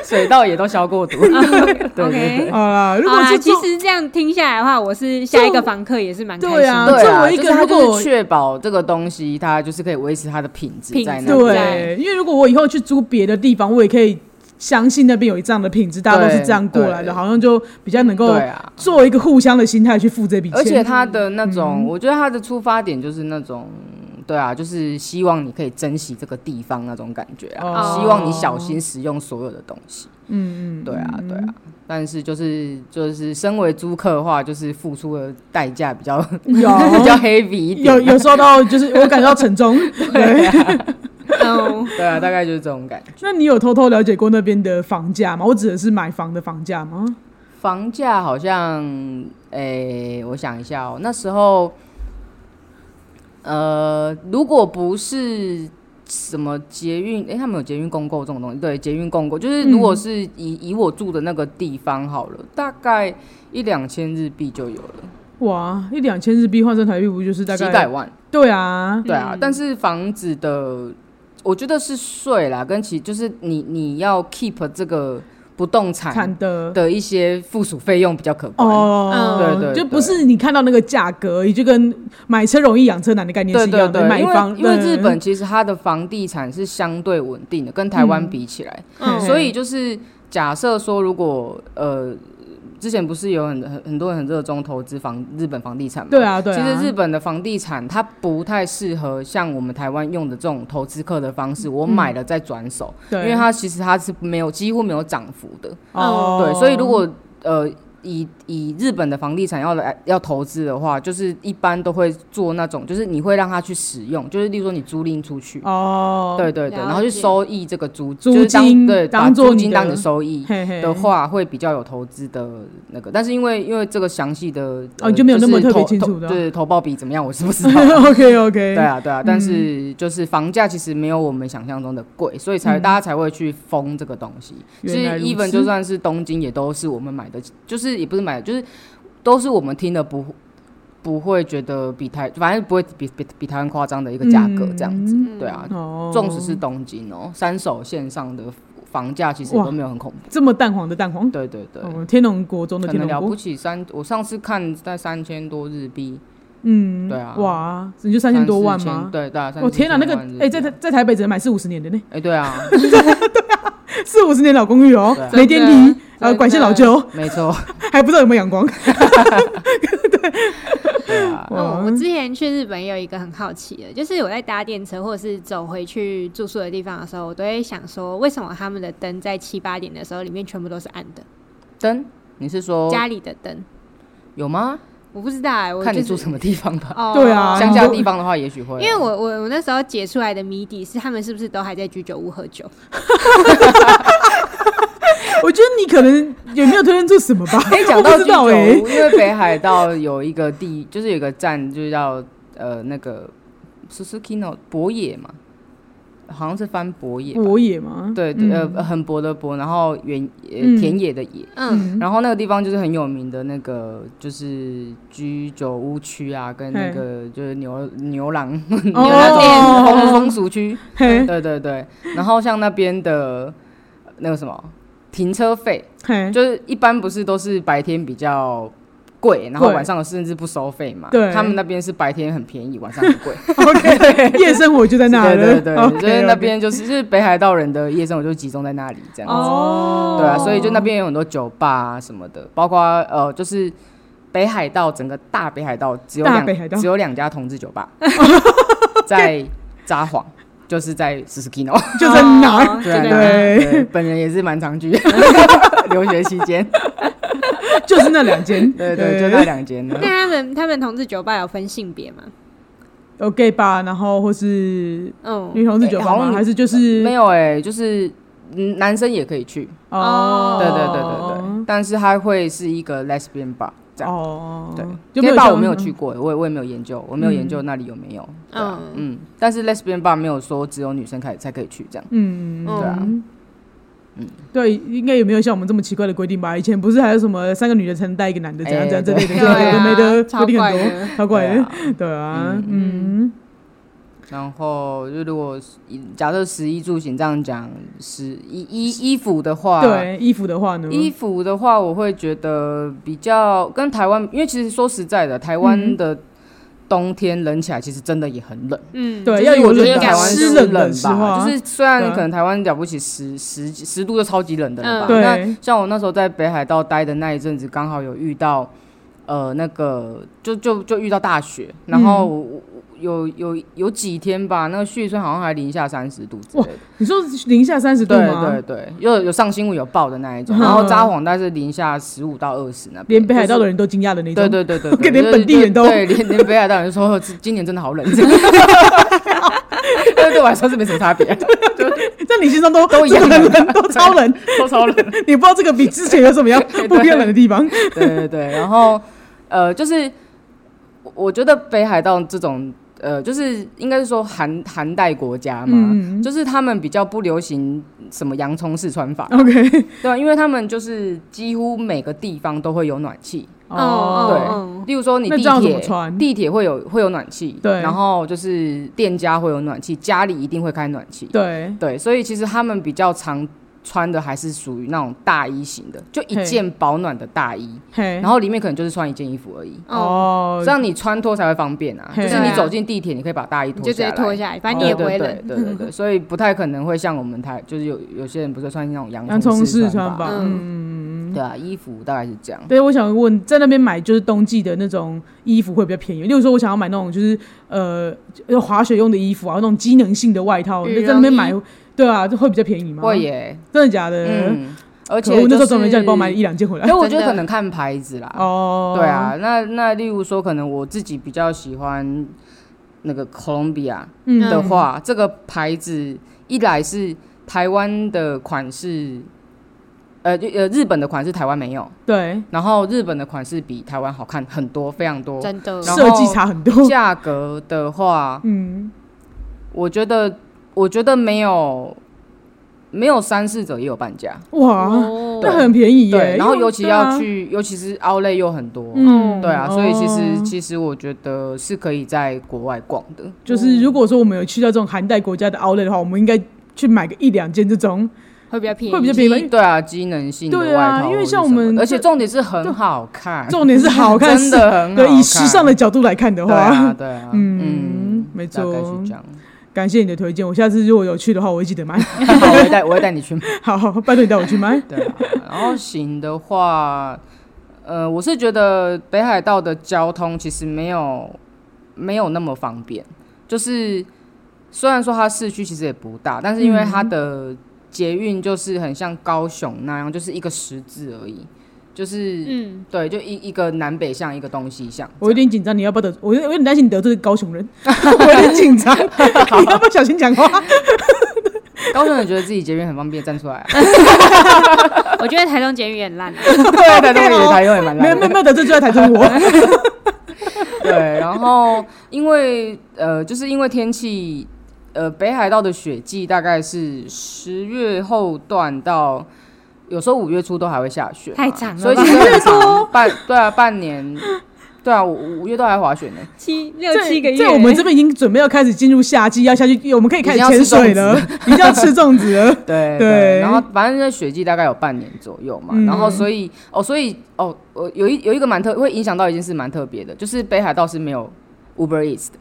S3: 水道也都消过毒。对对对
S2: OK
S1: 好啦，如果
S2: 啊，
S1: 是
S2: 其
S1: 做
S2: 实这样听下来的话，我是下一个房客也是蛮开心
S1: 对 啊
S2: 的。
S3: 对
S1: 作
S3: 啊，
S1: 为一个
S3: 就是它
S1: 如
S3: 就
S1: 果
S3: 是确保这个东西，它就是可以维持它的品质
S2: 品
S3: 在那
S2: 质
S1: 对，
S3: 边。
S1: 因为如果我以后去租别的地方，我也可以相信那边有这样的品质，大家都是这样过来的，
S3: 对
S1: 好像就比较能够
S3: 对啊，
S1: 做一个互相的心态去付这笔钱。
S3: 而且他的那种，
S1: 嗯
S3: 我觉得他的出发点就是那种，对啊，就是希望你可以珍惜这个地方那种感觉啊，
S1: 哦
S3: 希望你小心使用所有的东西。
S1: 嗯，嗯嗯，
S3: 对啊，对啊。但是就是就是，身为租客的话，就是付出的代价比较 比
S1: 有
S3: 较 heavy 一点。
S1: 哦 有有受到，就是我感觉到沉重。对，
S2: 嗯，
S3: 对啊，大概就是这种感觉。
S1: 那你有偷偷了解过那边的房价吗？我指的是买房的房价吗？
S3: 房价好像，诶、我想一下哦，那时候，呃，如果不是什么捷运，诶、他们有捷运公购这种东西，对，捷运公购就是
S1: 嗯
S3: 如果是以、以我住的那个地方好了，大概一两千日币就有了，
S1: 哇，一两千日币换成台币不就是大
S3: 几
S1: 概？
S3: 百万，
S1: 对啊，
S3: 对啊，但是房子的，我觉得是税啦，跟其就是你你要 keep 这个不动产
S1: 产的。
S3: 的一些附属费用比较可观。
S1: 哦，
S3: 嗯对对
S1: 就
S3: 对
S1: 不是你看到那个价格而已，就跟买车容易养车难的概念
S3: 对
S1: 是一
S3: 对
S1: 样的。
S3: 对，
S1: 买
S3: 因为
S1: 房
S3: 因为
S1: 嗯
S3: 日本其实它的房地产是相对稳定的，跟台湾比起来，
S2: 嗯
S3: 所以就是假设说，如果呃，之前不是有很很很多人很热衷投资房日本房地产吗？
S1: 对啊对啊，
S3: 其实日本的房地产它不太适合像我们台湾用的这种投资客的方
S1: 嗯
S3: 式，我买了再转手，
S1: 对，
S3: 因为它其实它是没有几乎没有涨幅的。
S1: 哦，
S3: 对，所以如果呃以以日本的房地产要来要投资的话，就是一般都会做那种，就是你会让它去使用，就是例如说你租赁出去，
S1: 哦，
S3: 对对对，
S2: 了解
S3: 然后去收益这个租
S1: 租
S3: 就是当
S1: 金
S3: 对，
S1: 当
S3: 把
S1: 做
S3: 租
S1: 你
S3: 金
S1: 的
S3: 当你的收益。
S1: 嘿嘿
S3: 的话会比较有投资的那个，但是因为因为这个详细的呃
S1: 哦就没有那么
S3: 是
S1: 特别
S3: 投
S1: 清楚
S3: 投
S1: 的
S3: 对投报比怎么样，我是 不知道。
S1: ，OK OK，
S3: 对啊对啊，
S1: 嗯
S3: 但是就是房价其实没有我们想象中的贵，所以才、大家才会去疯这个东西。其
S1: 嗯原
S3: 实
S1: 来如
S3: even
S1: 此
S3: 就算是东京，也都是我们买的，就是也不是买的，就是都是我们听的不不会觉得比台，反正不会比比比台湾夸张的一个价格这样子。对啊，
S1: 哦，
S3: 纵使是东京哦，三手线上的房价其实
S1: 哇
S3: 都没有很恐怖。
S1: 这么蛋黄的蛋黄，
S3: 对对对。
S1: 哦，天龙国中的
S3: 可
S1: 天
S3: 能了
S1: 龙
S3: 不
S1: 国，
S3: 起三，我上次看在三千多日币，
S1: 嗯，
S3: 对啊
S1: 哇，你就三千多万吗？
S3: 对对啊，三
S1: 我天哪，
S3: 哪，
S1: 那个哎，在
S3: 这
S1: 台在台北只能买四五十年的呢，
S3: 啊哎对啊，
S1: 四五十年老公寓哦
S3: 对啊，
S1: 没电
S3: 真
S1: 梯
S3: 的，
S1: 呃，管线老
S3: 真
S1: 旧，
S3: 的没错，
S1: 还不知道有没有阳 光。
S3: 对啊，
S2: 哦，
S1: 嗯
S2: 我之前去日本也有一个很好奇的，就是我在搭电车或者是走回去住宿的地方的时候，我都会想说，为什么他们的灯在七八点的时候里面全部都是暗的？
S3: 灯，你是说
S2: 家里的灯，
S3: 有吗？
S2: 我不知道哎、我
S3: 看你
S2: 就是
S3: 住什么地 方吧。
S2: 哦，
S1: 对啊
S3: 乡下地方的话，也许会啊，
S2: 因为我我我那时候解出来的谜底是他们是不是都还在居酒屋喝酒？
S1: 我觉得你可能也没有推论出什么吧，
S3: 可以讲
S1: 我
S3: 到
S1: 不
S3: 居
S1: 知
S3: 酒
S1: 道
S3: 屋，
S1: 哎
S3: 因，为北海道有一个地，就是有一个站，就叫呃那个 Susukino 博野嘛，好像是翻博野吧，
S1: 我也嗯嘛，
S3: 对对，呃，很博的博，然后原呃
S1: 嗯
S3: 田野的野，
S2: 嗯，
S3: 然后那个地方就是很有名的那个，就是居酒屋区啊，跟那个就是牛牛郎牛
S1: 哦
S3: 那种 风风俗区。
S1: 嘿
S3: 对对对，然后像那边的那个什么停车费，
S1: 嘿，
S3: 就是一般不是都是白天比较贵，然后
S1: 对
S3: 晚上甚至不收费嘛。
S1: 对
S3: 他们那边是白天很便宜，晚上很贵。
S1: OK，夜生活就在那
S3: 对
S1: 了，
S3: 对 对，
S1: OK，OK
S3: 就是那边就是就是北海道人的夜生活就集中在那里这样子。
S2: 哦
S3: 对啊，所以就那边有很多酒吧啊什么的，包括呃，就是北海道整个大北海道只有
S1: 大北海
S3: 两
S1: 道
S3: 只有两家同志酒 吧，在札幌，就是在 Susukino。
S1: 就在哪儿？
S2: 哦
S3: 对
S2: 就在
S3: 啊
S1: 对
S2: 哪儿
S3: 对，本人也是蛮常去，留学期间，
S1: 就是那两间，
S3: 哦对对，就那两间呢
S2: 那。他们他们同志酒吧有分性别吗？
S1: 有 gay 吧，然后或是
S2: 嗯，
S1: 女同志酒
S3: 哎
S1: 吧
S3: 好
S1: 吗？
S3: 像
S1: 还是就是
S3: 没有哎、就是嗯男生也可以去，
S1: 哦，
S2: 哦
S3: 对对对对对，但是它会是一个 lesbian bar 这样。
S1: 哦，
S3: 对
S1: 就没有
S3: ，gay bar
S1: 像
S3: 我没有去，过、我也我也没有研究，我没有研究那里有没有。对啊
S2: 嗯
S3: 嗯，但是 lesbian bar 没有说只有女生才才可以去这样。
S1: 嗯，
S2: 对
S3: 啊嗯
S1: 嗯。对，应该也没有像我们这么奇怪的规定吧？以前不是还有什么三个女的才能带一个男的，怎样
S3: 哎
S1: 怎样之类的，
S3: 对
S1: 有的没的
S2: 超
S1: 规定
S2: 怪
S1: 很多，
S2: 的。
S1: 超怪
S3: 对
S1: 的
S3: 啊。
S1: 对啊，
S2: 嗯
S1: 嗯，
S3: 然后就如果是假设食衣住行这样讲，食衣衣衣服的话，
S1: 对，衣服的话呢，
S3: 衣服的话，我会觉得比较跟台湾，因为其实说实在的，台湾的冬天冷起来，其实真的也很冷。
S2: 嗯，
S1: 对，
S3: 就
S1: 要
S3: 是
S1: 有
S3: 我觉得
S1: 冷的
S3: 台湾
S1: 湿
S3: 是
S1: 冷的
S3: 冷
S1: 时候
S3: 吧，
S1: 啊，
S3: 就是虽然
S1: 对啊
S3: 可能台湾了不起十十十度就超级冷的了吧
S2: 嗯，
S1: 对
S3: 那像我那时候在北海道待的那一阵子，刚好有遇到呃那个就就就遇到大雪，然后
S1: 嗯
S3: 我我有有有几天吧，那个旭川好像还零下三十度之类
S1: 哇
S3: 的。
S1: 你说零下三十度
S3: 对
S1: 吗
S3: 对？对，有有上新闻有报的那一种，
S1: 嗯
S3: 然后札幌大概是零下十五到二十那边，
S1: 连北海道的
S3: 人，
S1: 人都惊讶的那
S3: 对
S1: 种。
S3: 对 对对对，
S1: 连
S3: 就是
S1: 本地人都
S3: 对，连连北海道人说哦今年真的好冷，这样 但是对我来说是没什么差别，
S1: 在你心中都
S3: 都一样
S1: 这个人
S3: 的
S1: 都 超人，
S3: 都超冷。
S1: 你不知道这个比之前有什么样不一样的地方。
S3: 对对对，然后呃，就是我我觉得北海道这种呃，就是应该是说寒寒带国家嘛，
S1: 嗯
S3: 就是他们比较不流行什么洋葱式穿法，
S1: ，OK，
S3: 对啊吧？因为他们就是几乎每个地方都会有暖气，
S2: 哦哦，
S3: 例如说你
S1: 那
S3: 地
S1: 这样怎么
S3: 铁。
S1: 穿？
S3: 地铁会有会有暖气，
S1: 对
S3: 然后就是店家会有暖气，家里一定会开暖气，
S1: 对，
S3: 对，所以其实他们比较常穿的还是属于那种大衣型的，就
S1: 嘿
S3: 一件保暖的大衣，
S1: 嘿
S3: 然，后里面可能就是穿一件衣服而已，
S2: 哦，
S1: 哦
S3: 这，样你穿脱才会方便啊。
S1: 嘿
S3: 就是
S2: 对
S3: 你
S2: 啊
S3: 走进地铁，你可以把大衣
S2: 你
S3: 脱
S2: 就直接脱
S3: 下
S2: 下
S3: 来。哦
S2: 来，反正你也不会
S3: 对
S2: 冷。
S3: 对对对对，所以不太可能会像我们台，就是有有些人不是穿那种洋
S1: 洋葱式穿
S3: 穿
S1: 法，
S2: 嗯
S1: 嗯。
S3: 对啊，衣服大概是这样。
S1: 对，我想问，在那边买就是冬季的那种衣服会比较便宜。例如说，我想要买那种就是呃就滑雪用的衣服啊，那种机能性的外套，
S2: 羽绒
S1: 在那边
S2: 衣
S1: 买，对啊，这会比较便宜吗？
S3: 会，耶，
S1: 真的假的？
S3: 嗯，而
S1: 可
S3: 且
S1: 恶那时
S3: 就
S1: 候总能叫你帮我买
S3: 是
S1: 一两件回来
S3: 哎，。我
S2: 真
S3: 觉得
S2: 的
S3: 可能看牌子啦。
S1: 哦，
S3: 对，啊，那那例如说，可能我自己比较喜欢那个 Columbia
S1: 嗯
S3: 的话，这个牌子一来是台湾的款式，呃就呃日本的款式台湾没有，
S1: 对，
S3: 然后日本的款式比台湾好看很多，非常多。
S2: 真的，
S3: 然后
S1: 设计差很多。
S3: 价格的话，
S1: 嗯，
S3: 我觉得我觉得没有没有三四折也有半价，
S1: 哇，
S2: 哦
S1: 那很便宜耶。
S3: 哦对。然后尤其要
S1: 对啊，
S3: 去，尤其是 Outlet 又很多，
S1: 嗯，
S3: 对啊，所以其实
S1: 哦
S3: 其实我觉得是可以在国外逛的。
S1: 就是如果说我们有去到这种寒带国家的 outlet 的话，我们应该去买个一两件这种，
S2: 会比较便宜，
S1: 会比较便宜吧。因为
S3: 对啊，机能性的外
S1: 对啊
S3: 套
S1: 因为
S3: 或是
S1: 像我
S3: 什么
S1: 们
S3: 的而
S1: 这
S3: 且重点是很好看，
S1: 重点是好看，
S3: 真的很好
S1: 对，
S3: 看。
S1: 以时尚的角度来看的
S3: 对
S1: 话，
S3: 啊，对啊，
S1: 嗯
S3: 嗯，
S1: 没
S3: 大概
S1: 错
S3: 是 这样。
S1: 感谢你的推荐，我下次如果有去的话，我会记得买。
S3: 好，我会带我会带你去买。
S1: 好，拜托你带我去 买。
S3: 对啊，然后行的话，呃，我是觉得北海道的交通其实没有没有那么方便，就是虽然说它市区其实也不大，但是因为它的捷运就是很像高雄那样，就是一个十字而已，就是、
S2: 嗯，
S3: 对，就一一个南北向，一个东西向。
S1: 我有点紧张，你要不要得？我有我有点担心你得罪高雄 人，我有点紧张，你要不要小心讲话？
S3: 高雄人觉得自己捷运很方便，站出来、啊。
S2: 我觉得台东监狱很烂，
S3: 对啊，台中也台中也蛮
S1: 没有
S3: 烂
S1: 没有
S3: 的。
S1: 没有得罪，就在台中 我。
S3: 对，然后因为呃，就是因为天气，呃，北海道的雪季大概是十月后段到。有时候五月初都还会下雪嘛，
S2: 太长了
S3: 所以
S2: 吧
S3: 其实很长，半对啊，半年，对啊，五五月都还滑雪呢，
S2: 七六
S1: 在
S2: 七个月，
S1: 在我们这边已经准备要开始进入夏季，要下去，我们可以开始
S3: 已经要
S1: 潜
S3: 吃
S1: 水
S3: 粽子
S1: 了，一定要吃粽子了。
S3: 对
S1: 对
S3: 然后反正那雪季大概有半年左右嘛，
S1: 嗯
S3: 然后所以哦，所以哦，我有一有一个蛮特会影响到一件事蛮特别的，就是北海道是没有 Uber Eats 的，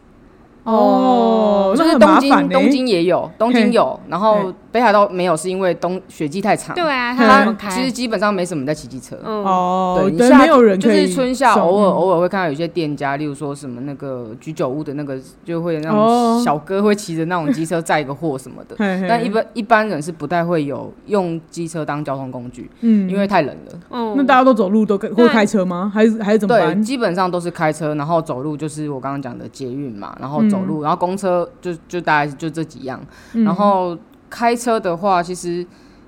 S1: 哦，
S3: 就
S1: 那
S3: 是
S1: 很
S3: 东
S1: 麻
S3: 京、
S1: 烦呢、
S3: 东京也有，东
S1: 嘿
S3: 京有，然后
S1: 嘿
S3: 北海道没有，是因为冬雪季太长。
S2: 对啊，
S1: 它
S2: 他怎
S3: 它
S2: 么开？
S3: 其实基本上没什么人在骑机车。
S2: 嗯，
S1: 哦
S3: 对，，你
S1: 等
S3: 夏
S1: 嗯没有人
S3: 就
S1: 可以
S3: 是春夏
S1: 送
S3: 偶尔
S1: 嗯
S3: 偶尔会看到有些店家，例如说什么那个居酒屋的那个，就会有那
S1: 哦
S3: 种小哥会骑着那种机车载个货什么 的。
S1: 嗯嘿嘿
S3: 但一般一般人是不太会有用机车当交通工具，
S1: 嗯
S3: 因为太冷了。
S2: 嗯
S1: 那大家都走路都可或
S2: 对
S1: 开车吗？还是还是怎么
S3: 对，
S1: 办？
S3: 基本上都是开车，然后走路就是我刚刚讲的捷运嘛，然后走
S1: 嗯
S3: 路，然后公车就就大概就这几样。然后开车的话，其实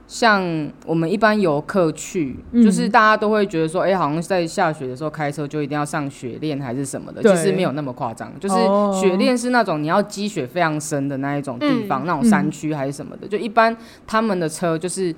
S3: 像我们一般游客去，
S1: 嗯
S3: 就是大家都会觉得说，哎、好像在下雪的时候开车就一定要上雪链还是什么的，
S1: 对
S3: 其实没有那么夸张。就是
S1: 哦
S3: 雪链是那种你要积雪非常深的那一种地方，那种山区还是什么
S1: 嗯
S3: 的，就一般他们的车就是。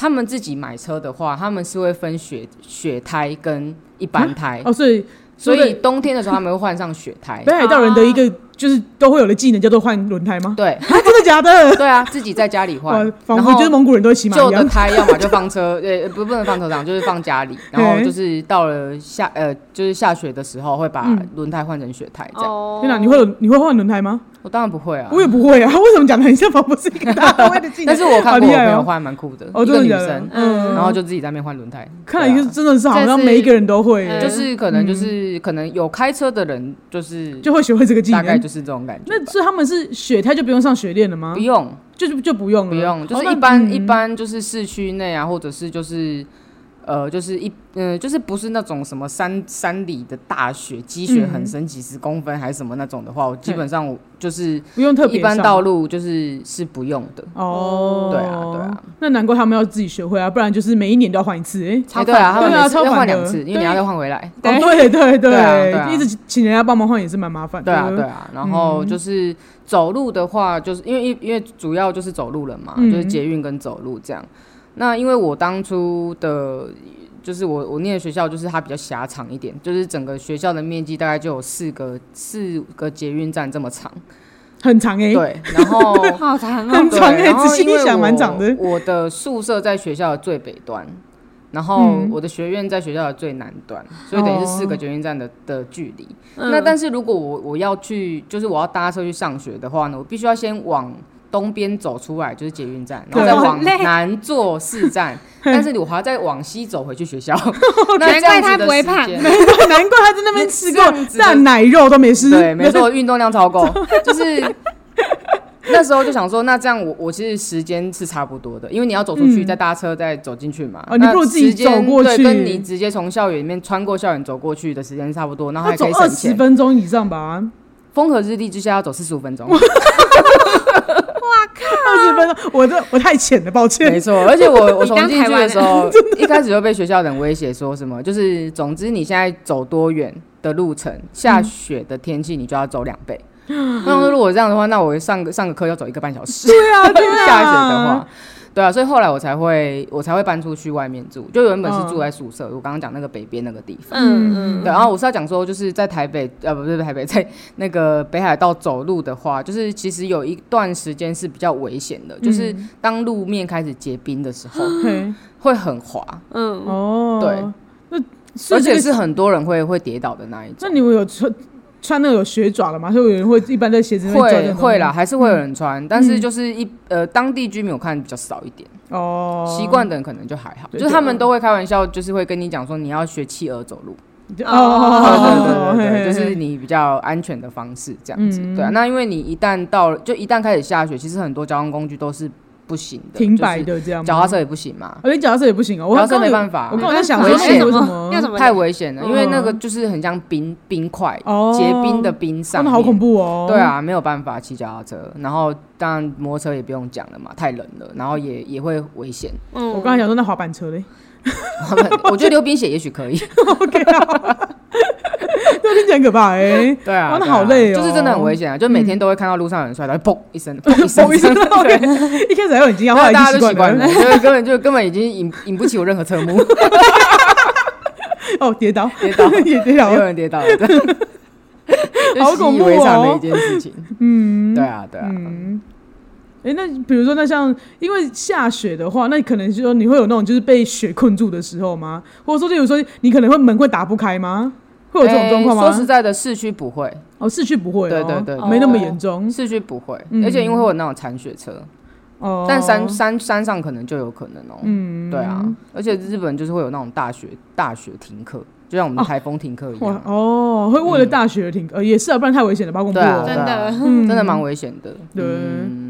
S3: 他们自己买车的话，他们是会分雪雪胎跟一般胎，
S1: 哦，所以
S3: 所
S1: 说
S3: 以
S1: 的
S3: 冬天的时候他们会换上雪胎
S1: 北。海道人的一
S3: 啊
S1: 个就是都会有的技能叫做换轮胎吗？
S3: 对，
S1: 啊真的假的？
S3: 对啊，自己在家里 换
S1: 哇，，
S3: 然
S1: 仿佛
S3: 后
S1: 就是蒙古人都会骑马
S3: 旧
S1: 一
S3: 的
S1: 样。
S3: 胎要么就放车， 呃，不不能放车上，就是放 家里。然后就是到了下呃，就是下雪的时候会把
S1: 嗯
S3: 轮胎换成雪胎这样。
S2: 哦，
S1: 天哪，你会有你会换轮胎吗？
S3: 我当然不会啊，
S1: 我也不会啊， 为什么讲的很像仿佛是一个大家都会的技能？
S3: 但是我 看
S1: 好厉
S3: 过我
S1: 害
S3: 朋友
S1: 哦，
S3: 换，蛮酷的，
S1: 哦，
S3: 一个
S1: 真
S3: 女
S1: 的假的
S3: 生？，
S2: 嗯
S3: 然后就自己在那边换轮胎。
S1: 看来
S3: 对啊啊
S1: 就是真的是好
S2: 这
S1: 像
S2: 是
S1: 每一个人都会耶，
S3: 就是可能就是可能有开车的人，就是
S1: 嗯就会学会这个技
S3: 大概
S1: 能。
S3: 就是这种感觉吧。
S1: 那啊所以他们是雪胎就不用上雪链了吗
S3: 不？用
S1: 就是就不用了，
S3: 不用，就
S1: 哦
S3: 是
S1: 那
S3: 一般一
S1: 嗯
S3: 般就是市区内啊，或者是就是。呃，就是一嗯、就是不是那种什么山山里的大雪，积雪
S1: 嗯
S3: 很深，几十公分还是什么那种的话，我基本上我就是
S1: 不用特别
S3: 一般
S1: 上
S3: 道路就是是不用的。
S1: 哦，
S3: 对啊对啊，
S1: 那难怪他们要自己学会啊，不然就是每一年都要换一次。哎，
S3: 哎对啊，他们
S1: 对啊
S3: 每次
S1: 超
S3: 要
S1: 烦
S3: 换
S1: 的
S3: 两次，因为
S1: 对
S3: 你要再换回来。
S1: 哦，对对
S3: 对啊对啊
S1: 一直请人家帮忙换也是蛮麻烦
S3: 对
S1: 的。
S3: 啊，对啊，然后
S1: 嗯
S3: 就是走路的话，就是因为因因为主要就是走路了嘛，就是
S1: 嗯
S3: 捷运跟走路这样。那因为我当初的，就是我我念的学校就是它比较狭长一点，就是整个学校的面积大概就有四个四个捷运站这么长。
S1: 很长哎，
S3: 对，然 后
S2: 好长哦，
S1: 很
S3: 对
S1: 长哎，
S3: 然后
S1: 仔细
S3: 因为
S1: 一想蛮
S3: 我
S1: 长的。
S3: 我的宿舍在学校的最北端，然后
S1: 嗯哦
S3: 我的学院在学校的最南端，所以等于是四个捷运站的的距离。那
S2: 嗯
S3: 但是如果我我要去，就是我要搭车去上学的话呢，我必须要先往东边走出来，就是捷运站，然后再
S1: 对
S3: 往
S2: 好累
S3: 南坐 市站，但是我还要再往西走回去学校。那
S2: 难
S3: 这
S2: 怪
S3: 样子
S2: 他
S3: 的
S2: 不会
S3: 时
S2: 胖
S3: 间
S1: 难怪他在那边吃 过
S3: 那这样子的
S1: 蛋奶肉都没 吃。
S3: 对，没错，运动量超够，就是。那时候就想说，那这样我我其实时间是差不多的，因为你要走出去，
S1: 嗯
S3: 再搭车再走进去嘛。
S1: 哦你
S3: 那
S1: 不如自己
S3: 时间
S1: 走过去
S3: 对，跟你直接从校园里面穿过校园走过去的时间差不多，然后
S1: 要
S3: 还
S1: 走
S3: 可以
S1: 二十
S3: 省钱。
S1: 分钟以上吧，
S3: 风和日丽之下要走四十五分钟，
S1: 二十分钟，我这我太浅了，抱
S3: 没
S1: 歉。
S3: 错，而且我我
S2: 你
S3: 从
S2: 当
S3: 进去
S2: 台湾
S3: 的
S2: 人
S3: 时候，一开始就被学校的人威胁说什么，就是总之你现在走多远的路程，下雪的天气你就要走两倍。那我说如果这样的话，那我上个上个课要走一个半小时。对 啊，就是下雪的话，对啊，所以后来我才会我才会搬出去外面住，就原本是住在宿舍，我刚刚讲那个北边那个地方。
S2: 嗯嗯，
S3: 对，然啊后我是要讲说，就是在台北，呃，不是台北，在那个北海道走路的话，就是其实有一段时间是比较危险的，就是
S1: 嗯
S3: 当路面开始结冰的时候，
S1: 嘿
S3: 会很滑，
S2: 嗯，
S1: 哦，
S3: 对，
S1: 那
S3: 而
S1: 所以这
S3: 且
S1: 个
S3: 是很多人会会跌倒的那一
S1: 那
S3: 种。
S1: 你们有穿穿那个有雪爪的吗？所以有人会一般在鞋子上面抓这嗯
S3: 会
S1: 种东西
S3: 会啦，，还是会有人穿，但是就是一呃，当地居民我看比较少一点，
S1: 哦，
S3: 习惯的人可能就还好，
S1: 对
S3: 就是他们都会开玩笑，就是会跟你讲说你要学企鹅走路，
S1: 哦哦哦，
S3: 对对
S1: 嘿
S3: 对
S1: 嘿
S3: 对，就是
S1: 嘿嗯
S3: 你比较安全的方式这样子。对啊，那因为你一旦到了，就一旦开始下雪，其实很多交通工具都是不行的，
S1: 停摆
S3: 就是
S1: 的这样吗，
S3: 脚踏车也不行嘛，
S1: 我连脚踏车也不行哦，我
S3: 脚踏车
S1: 刚刚
S3: 没
S1: 有
S3: 办法
S1: 我刚
S3: 啊，
S1: 刚在想
S3: 危
S1: 说
S3: 险
S1: 是为
S2: 要
S1: 什
S2: 怎
S1: 么
S2: 么要怎么
S3: 太危险了，
S2: 嗯
S3: 因为那个就是很像冰冰块，
S1: 哦
S3: 结冰的冰上
S1: 真的
S3: 面，
S1: 好恐怖哦，
S3: 对，啊，没有办法骑脚踏车，然后当然摩托车也不用讲了嘛，太冷了，然后也也会危险。
S2: 嗯
S1: 我刚才想说那滑板车嘞，
S3: 我觉得溜冰鞋也许可
S1: 啊
S3: 以。
S1: 这听起来很可怕哎，
S3: 对啊
S1: 哇那
S3: 对啊
S1: 好累哦嗯
S3: 就是真的很危险啊！就每天都会看到路上有人摔倒，砰一声，砰 一声，
S1: 嘣一 声，一开始还有很惊讶，后来
S3: 对
S1: 已
S3: 大
S1: 经
S3: 家都习
S1: 习惯
S3: 惯了，
S1: 了，
S3: 就根本就根本已经引引不起我任何侧目，
S1: 哦，跌倒，
S3: 跌倒
S1: 也跌倒
S3: 没有
S1: 了，
S3: 人跌倒了，真的就
S1: 好恐怖哦
S3: 习以为常的一件事情。嗯，对啊，对啊，
S1: 嗯。哎、那比如说，那像因为下雪的话，那可能就说你会有那种就是被雪困住的时候吗？或者说，例如说，你可能会门会打不开吗？会有这种状况
S3: 诶说实
S1: 吗？
S3: 在的，市区不会，
S1: 哦，市区不会哦，
S3: 对对对对
S1: 没那么严重
S3: 市区不会，
S1: 嗯
S3: 而且因为会有那种铲雪车，
S1: 哦。
S3: 但山山山上可能就有可能哦、嗯，对啊，而且日本就是会有那种大学大学停课，就像我们台风停课一样
S1: 哇，哦，会为了大学停，呃，也是啊，不然太危险了吧，恐怖
S3: 对啊
S1: 哦。
S2: 真
S3: 对
S2: 的
S3: 啊，真的蛮危险的。
S1: 对
S3: 嗯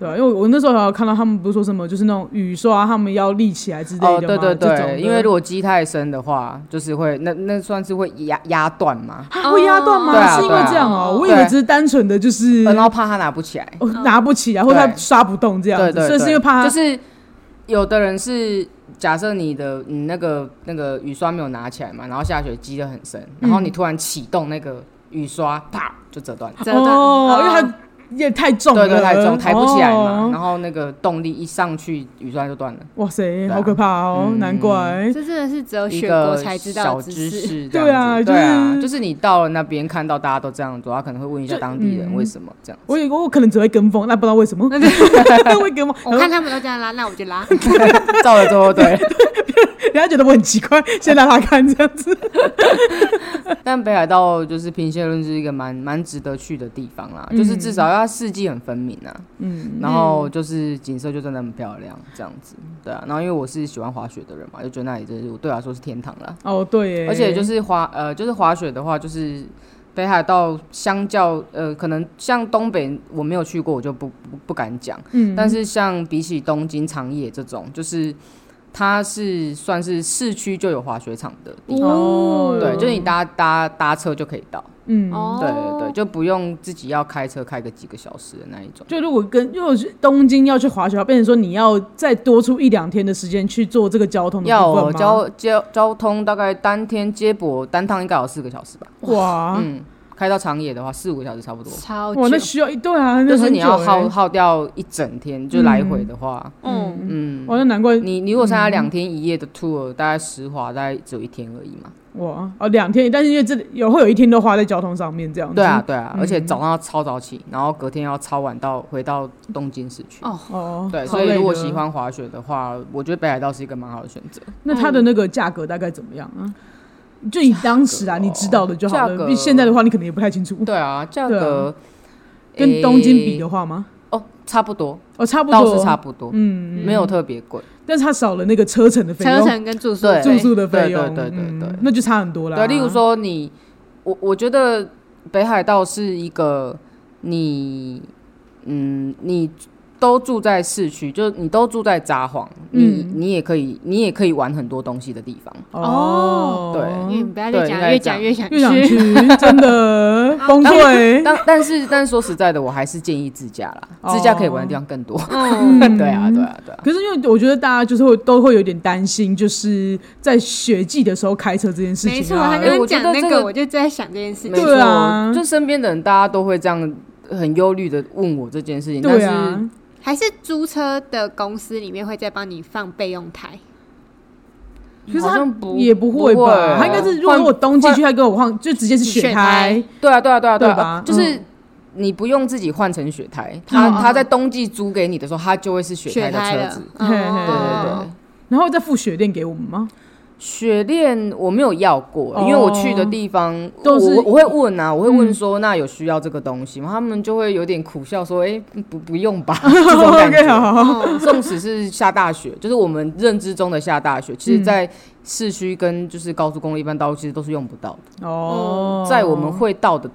S1: 对啊，因为我那时候还有看到他们不是说什么，就是那种雨刷他们要立起来之类的嘛
S3: 哦，对
S1: 这
S3: 对
S1: 种的
S3: 对，因为如果积太深的话，就是会那那算是会压压断嘛，
S1: 啊会压断吗？
S2: 哦对
S3: 啊
S1: 是因为这样哦、
S2: 对啊
S1: 我以为只是单纯的就是、
S3: 然后怕它拿不起来。
S1: 哦、拿不起来，或者他刷不动这样
S3: 对
S1: 子，
S3: 对，
S1: 所以是因为怕他
S3: 就是有的人是假设你的你那个那个雨刷没有拿起来嘛，然后下雪积得很深，然后你突然启动那个雨刷，啪就折断了。
S2: 折断
S1: 哦，
S2: 哦
S1: 因为他也太重了，
S3: 嗯对对，太重，抬不起来嘛，
S1: 哦
S3: 然后那个动力一上去，雨刷就断了。
S1: 哇塞，
S3: 啊
S1: 好可怕哦、
S3: 嗯
S1: 难怪。
S2: 这真的是只有
S3: 一
S2: 学
S3: 个
S2: 国才知道
S3: 小
S2: 的知
S3: 知
S2: 识。
S3: 识，
S1: 对啊
S3: 这样子对啊，
S1: 就是
S3: 就是你到了那边看到大家都这样做，他可能会问一下当地人为什么这样。
S1: 我以为我可能只会跟风，那不知道为什 么 会跟风，
S2: 我看他们都这样拉，那我就拉。
S3: 照了之后，对，
S1: 人家觉得我很奇
S3: 哦
S1: 怪，先让他看这样 子。
S3: 但北海道就是平线论是一个蛮蛮值得去的地方啦，就是至少要四季很分明啊，
S1: 嗯，
S3: 然后就是景色就真的很漂亮，这样子，对啊。然后因为我是喜欢滑雪的人嘛，就觉得那里真是对我来说是天堂啦。
S1: 哦对耶，
S3: 而且就是滑呃，就是滑雪的话，就是北海道相较呃，可能像东北我没有去过，我就不不不敢讲。
S1: 嗯
S3: 但是像比起东京长野这种，就是它是算是市区就有滑雪场的地方，
S1: 哦
S3: 对，就是你搭搭搭车就可以到，
S1: 嗯
S2: 哦，
S3: 对对对，就不用自己要开车开个几个小时的那一种。
S1: 就如果跟如果是东京要去滑雪，变成说你要再多出一两天的时间去做这个交通的
S3: 要
S1: 部分
S3: 哦
S1: 吗
S3: 交交交通大概单天接驳单趟应该有四个小时吧，
S1: 哇、
S3: 嗯，开到长野的话四五个小时差不多。
S2: 超
S1: 哇，那
S2: 久，
S1: 需要一对啊，那
S3: 就是
S1: 很
S3: 你要
S1: 久欸
S3: 耗耗掉一整天，就来回的话，
S2: 嗯，
S3: 嗯，
S1: 哇，那难怪
S3: 你你如果参加
S1: 嗯
S3: 两天一夜的 tour，大概十滑大概只有一天而已嘛。
S1: 哇哦两天，但是因为这里有会有一天都花在交通上面这样子。
S3: 对啊，，对啊，
S1: 嗯
S3: 而且早上要超早起，然后隔天要超晚到回到东京市区。
S2: 哦
S1: 哦，
S3: 对，
S1: 好
S3: 所以
S1: 累
S3: 如果
S1: 的
S3: 喜，欢滑雪的话，我觉得北海道是一个蛮好的选择。
S1: 那它的那个价格大概怎么样啊？就以当时啊，
S3: 价格哦
S1: 你知道的就好了。
S3: 价格
S1: 比现在的话，你可能也不太清楚。
S3: 对啊，价
S1: 对啊
S3: 格
S1: 跟东京比
S3: 诶
S1: 的话吗？
S3: 哦，差不多，
S1: 哦，差不
S3: 倒是
S1: 多，
S3: 差不多，嗯，没有特别贵。
S1: 但是它少了那个车程的费
S2: 车
S1: 用、
S2: 程跟住宿
S3: 对
S1: 住宿的费用，
S3: 对对对对对
S1: 嗯那就差很多了。
S3: 对，例如，说你，我我觉得北海道是一个你，嗯，你都住在市区，就是你都住在札幌，你、
S1: 嗯
S3: 你也可以，你也可以玩很多东西的地方。
S1: 哦，
S3: 对
S2: 因为嗯你不要再
S3: 对
S2: 讲，
S3: 应该
S2: 越讲越想
S1: 越想
S2: 去。
S1: 去，真 的崩溃。
S3: 但但是但是说实在的，我还是建议自驾
S1: 哦
S3: 啦，自驾可以玩的地方更多。
S2: 嗯，
S3: 对啊，对啊，对啊。
S1: 可是因为我觉得大家就是会都会有点担心，就是在雪季的时候开车这件事情、啊。
S2: 没错，他
S3: 哎
S2: 刚刚
S3: 我觉
S2: 讲
S3: 得
S2: 那
S3: 这个
S2: 个，我就在想这件事
S3: 没
S2: 情。
S3: 错，
S1: 对啊
S3: 就身边的人，大家都会这样很忧虑的问我这件事情。
S1: 对
S3: 但是
S1: 啊，
S2: 还是租车的公司里面会再帮你放备用台，
S1: 可是
S3: 好
S1: 他
S3: 像不
S1: 也不会
S3: 不
S1: 吧？
S3: 会啊
S1: 他应该是如果
S3: 换
S1: 我冬季去，他给我换就直接是雪
S2: 雪胎，
S3: 对啊，对啊，对啊，
S1: 对
S3: 啊
S1: 吧嗯
S3: 就是你不用自己换成雪胎，它
S2: 嗯
S3: 它在冬季租给你的时候，它就会是雪
S2: 雪
S3: 胎的
S2: 胎
S3: 车
S2: 了
S3: 子。。
S1: 嘿嘿
S3: 对对
S2: 哦
S3: 对，
S1: 然后再付雪链给我们吗？
S3: 雪链我没有要过，
S1: 哦
S3: 因为我去的地方
S1: 都是嗯
S3: 我我会问啊，我会问说那有需要这个东西吗？他们就会有点苦笑说，哎，不不用 吧，这种感
S1: OK，好
S3: 觉。
S1: 好好，
S2: 哦
S3: 纵使是下大雪，就是我们认知中的下大雪，其
S1: 嗯
S3: 实，在市区跟就是高速公路一般道路其实都是用不到的。
S1: 哦，
S3: 嗯在我们会到的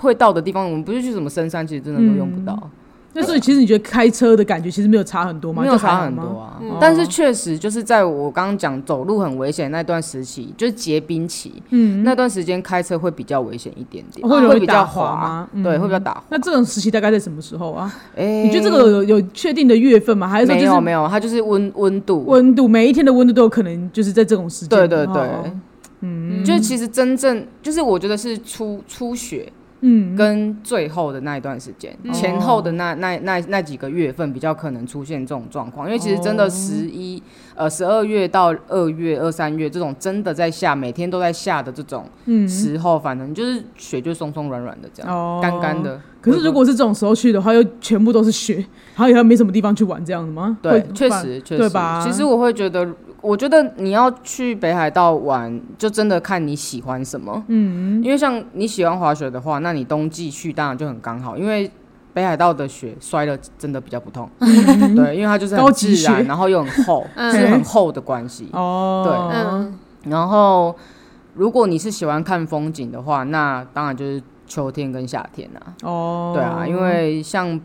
S3: 会到的地方，我们不是去什么深山，其实真的都用不到，
S1: 那所以其实你觉得开车的感觉其实没有差很多吗？
S3: 没有
S1: 嗯就还好
S3: 差很多
S1: 吗。
S3: 啊。
S1: 嗯
S3: 但是确实就是在我刚刚讲走路很危险那段时期，就是结冰期，
S1: 嗯，哦
S3: 那段时间开车会比较危险一点点，
S1: 会容易
S3: 比
S1: 打
S3: 较
S1: 滑吗嗯
S3: 对，会比较打滑。
S1: 那这种时期大概在什么时候啊？
S3: 哎
S1: 你觉得这个有有确定的月份吗？还是说
S3: 没
S1: 就
S3: 有
S1: 是
S3: 没有，它就是温温度。
S1: 温度每一天的温度都有可能就是在这种时间？
S3: 对对对
S1: 哦，
S3: 嗯，就是其实真正就是我觉得是初初雪
S1: 嗯，
S3: 跟最后的那一段时间，
S2: 嗯
S3: 前后的那那那那几个月份比较可能出现这种状况，因为其实真
S1: 哦
S3: 的十一、呃十二月到二月、二三月这种真的在下，每天都在下的这种
S1: 嗯
S3: 时候，反正就是雪就松松软软的这样，
S1: 哦
S3: 干干、的。
S1: 可是如果是这种时候去的话，又全部都是雪，然后也没什么地方去玩，这样的吗？
S3: 对
S1: 会，
S3: 确，实确实，
S1: 对吧
S3: 其实我会觉得我觉得你要去北海道玩，就真的看你喜欢什么。嗯，因为像你喜欢滑雪的话，那你冬季去当然就很刚好，因为北海道的雪摔了真的比较不痛。 对，因为它就
S1: 嗯
S3: 是
S1: 高
S3: 很
S1: 级
S3: 自
S1: 雪
S3: 然，然后又很 厚，
S2: 嗯
S3: 是很厚的关系。
S1: 哦，
S2: 嗯，
S3: 然后，如果你是喜欢看风景的话，那当然就是秋天跟夏天啊。
S1: 哦，
S3: 对啊，因为像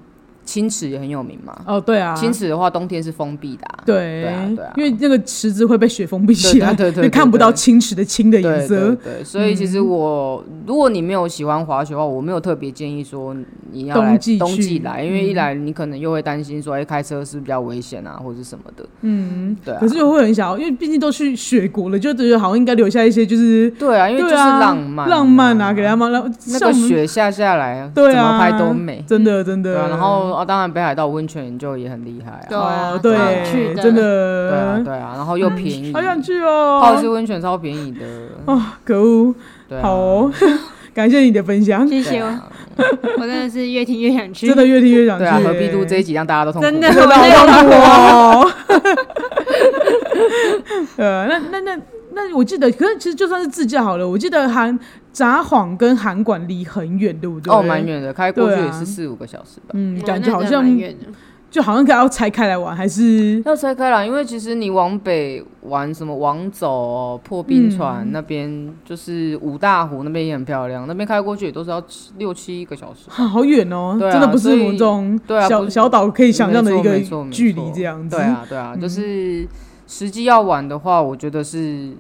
S3: 青池也很有名嘛。
S1: 哦，对啊，
S3: 青池的话，冬天是封闭的、啊。
S1: 对
S3: 对啊对啊
S1: 因为那个池子会被雪封闭起来，
S3: 对对对对
S1: 就看不
S3: 对
S1: 到青池的青的颜
S3: 对对
S1: 色。嗯
S3: 对，所以其实我，如果你没有喜欢滑雪的话，我没有特别建议说你要
S1: 冬
S3: 来
S1: 季
S3: 冬季
S1: 去嗯
S3: 来，因为一来你可能又会担心说，哎、开车是比较危险啊，或者什么的。嗯，对啊
S1: 可，是又会很想要，因为毕竟都去雪国了，就觉得好像应该留下一些就是
S3: 对啊，因为就是
S1: 对啊
S3: 浪漫、
S1: 浪漫啊，给他们让
S3: 那
S1: 像我
S3: 个
S1: 们
S3: 雪下下来，
S1: 对
S3: 怎么
S1: 啊，
S3: 拍都美。
S1: 真的真的。
S3: 对啊，然后啊，当然北海道温泉就也很厉害啊。
S2: 对啊
S1: 哦，
S2: 超
S3: 好
S1: 对
S2: 去，的
S1: 真
S3: 对啊，
S1: 的，
S3: 对啊，然后又便宜，
S1: 嗯好想去
S3: 泡一次
S1: 哦。
S3: 温泉超便宜的。
S1: 啊，可恶，
S3: 对啊，
S1: 好哦， 感谢你的分享，
S2: 谢
S3: 对
S2: 谢我，
S3: 啊，
S2: 我真的是越听越想去，
S1: 真的越听越想去。
S3: 对啊，何必录这一集让大家都痛苦？
S2: 真的，
S1: 真
S2: 我
S1: 的
S2: 真的
S1: 好痛
S2: 有
S1: 苦哦。呃，那那那那，我记得，可是其实就算是自驾好了，我记得韩札幌跟韩馆离很远，对不对？
S3: 哦，蛮。远的，开过去
S1: 对啊
S3: 也是四五个小时吧。
S1: 嗯，
S2: 嗯
S1: 感觉
S2: 那
S1: 好
S2: 真的蛮
S1: 像
S2: 远的
S1: 就好像可以要拆开来玩，还是
S3: 要拆开了，因为其实你往北玩什么往走、破冰船、
S1: 嗯
S3: 那边，就是五大湖那边也很漂亮，那边开过去也都是要七六七个小时。
S1: 啊好远哦，
S3: 对啊
S1: 真的不是
S3: 所以
S1: 我们这种
S3: 对啊
S1: 小、
S3: 不是
S1: 小岛可以想象的一个
S3: 没错没错
S1: 距离这样子。嗯
S3: 对啊，对啊，就是实际要玩的话，我觉得是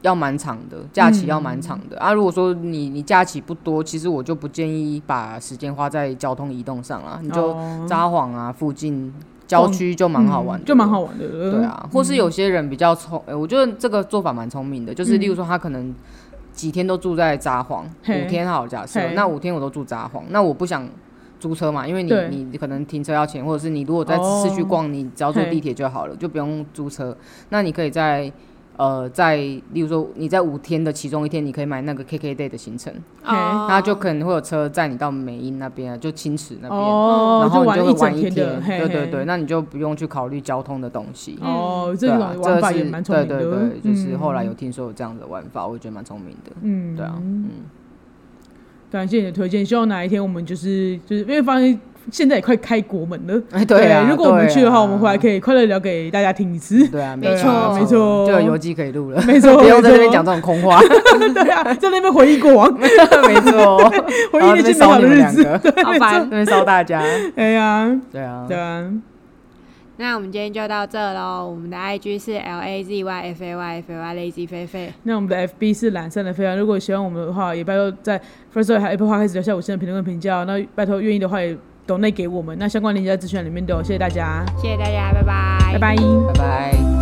S3: 要蛮长的，假期要蛮长
S1: 嗯
S3: 的、啊。如果说你你假期不多，其实我就不建议把时间花在交通移动上啦，你就
S1: 哦
S3: 札幌啊附近郊区就蛮好玩
S1: 嗯
S3: 的、
S1: 就蛮好玩的。
S3: 对，啊，或是有些人比较聪、
S1: 嗯
S3: 呃我觉得这个做法蛮聪明的，就是例如说他可能几天都住在札幌，
S1: 嘿
S3: 五天好假设
S1: 嘿，
S3: 那五天我都住札幌，那我不想租车嘛，因为
S1: 对
S3: 你你可能停车要钱，或者是你如果在
S1: 哦
S3: 市区逛，你只要坐
S1: 嘿
S3: 地铁就好了，就不用租车。那你可以在呃，在例如说你在五天的其中一天，你可以买那个 KKday 的行程，
S2: 哦，
S3: 那就可能会有车载你到美英那边啊，就青池那边。
S1: 哦，
S3: 然后你
S1: 玩
S3: 就
S1: 一
S3: 会
S1: 整
S3: 玩一
S1: 的，嘿
S3: 对对
S1: 嘿
S3: 对，那你就不用去考虑交通的东西。
S1: 哦，这
S3: 对
S1: 种
S3: 啊这
S1: 玩法
S3: 是
S1: 也蛮聪明的。
S3: 对对对，就是后来
S1: 嗯
S3: 有听说有这样的玩法，我觉得蛮聪明的。
S1: 嗯
S3: 对啊，嗯，
S1: 感谢你的推荐，希望哪一天我们就是就是因为发现现在也快开国门了，
S3: 哎，对啊，
S1: 如果我们
S3: 对
S1: 去的话，
S3: 啊
S1: 我们回来可以快乐聊给大家听一 次。
S3: 对啊，
S2: 没错
S1: 没错
S3: 就有游记可以录了，
S1: 没错
S3: 不用在
S1: 没错
S3: 这边讲这种空 话，
S1: 对啊，在那边回忆过往，
S3: 没错，
S1: 回
S3: 然后
S1: 忆那
S3: 这
S1: 些
S3: 边
S1: 美好的
S3: 烧你们
S1: 日
S3: 两
S1: 子。
S3: 个，
S2: 好烦
S3: 这。边烧大家，
S1: 哎呀，
S3: 对啊
S1: 对，啊，
S2: 那我们今天就到这喽。我们的 IG 是 L A Z Y F A Y F A Y Lazy 菲菲。
S1: 那我们的 FB 是懒散的飞扬，啊如果喜欢我们的话，也拜托在 First Story 还有 Apple Podcast 留下五星的评论跟评价哦。那拜托愿意的话也 donate 给我们，那相关链接在资讯栏里面都有，谢谢大家，
S2: 谢谢大家，拜拜，
S1: 拜拜
S3: 拜拜。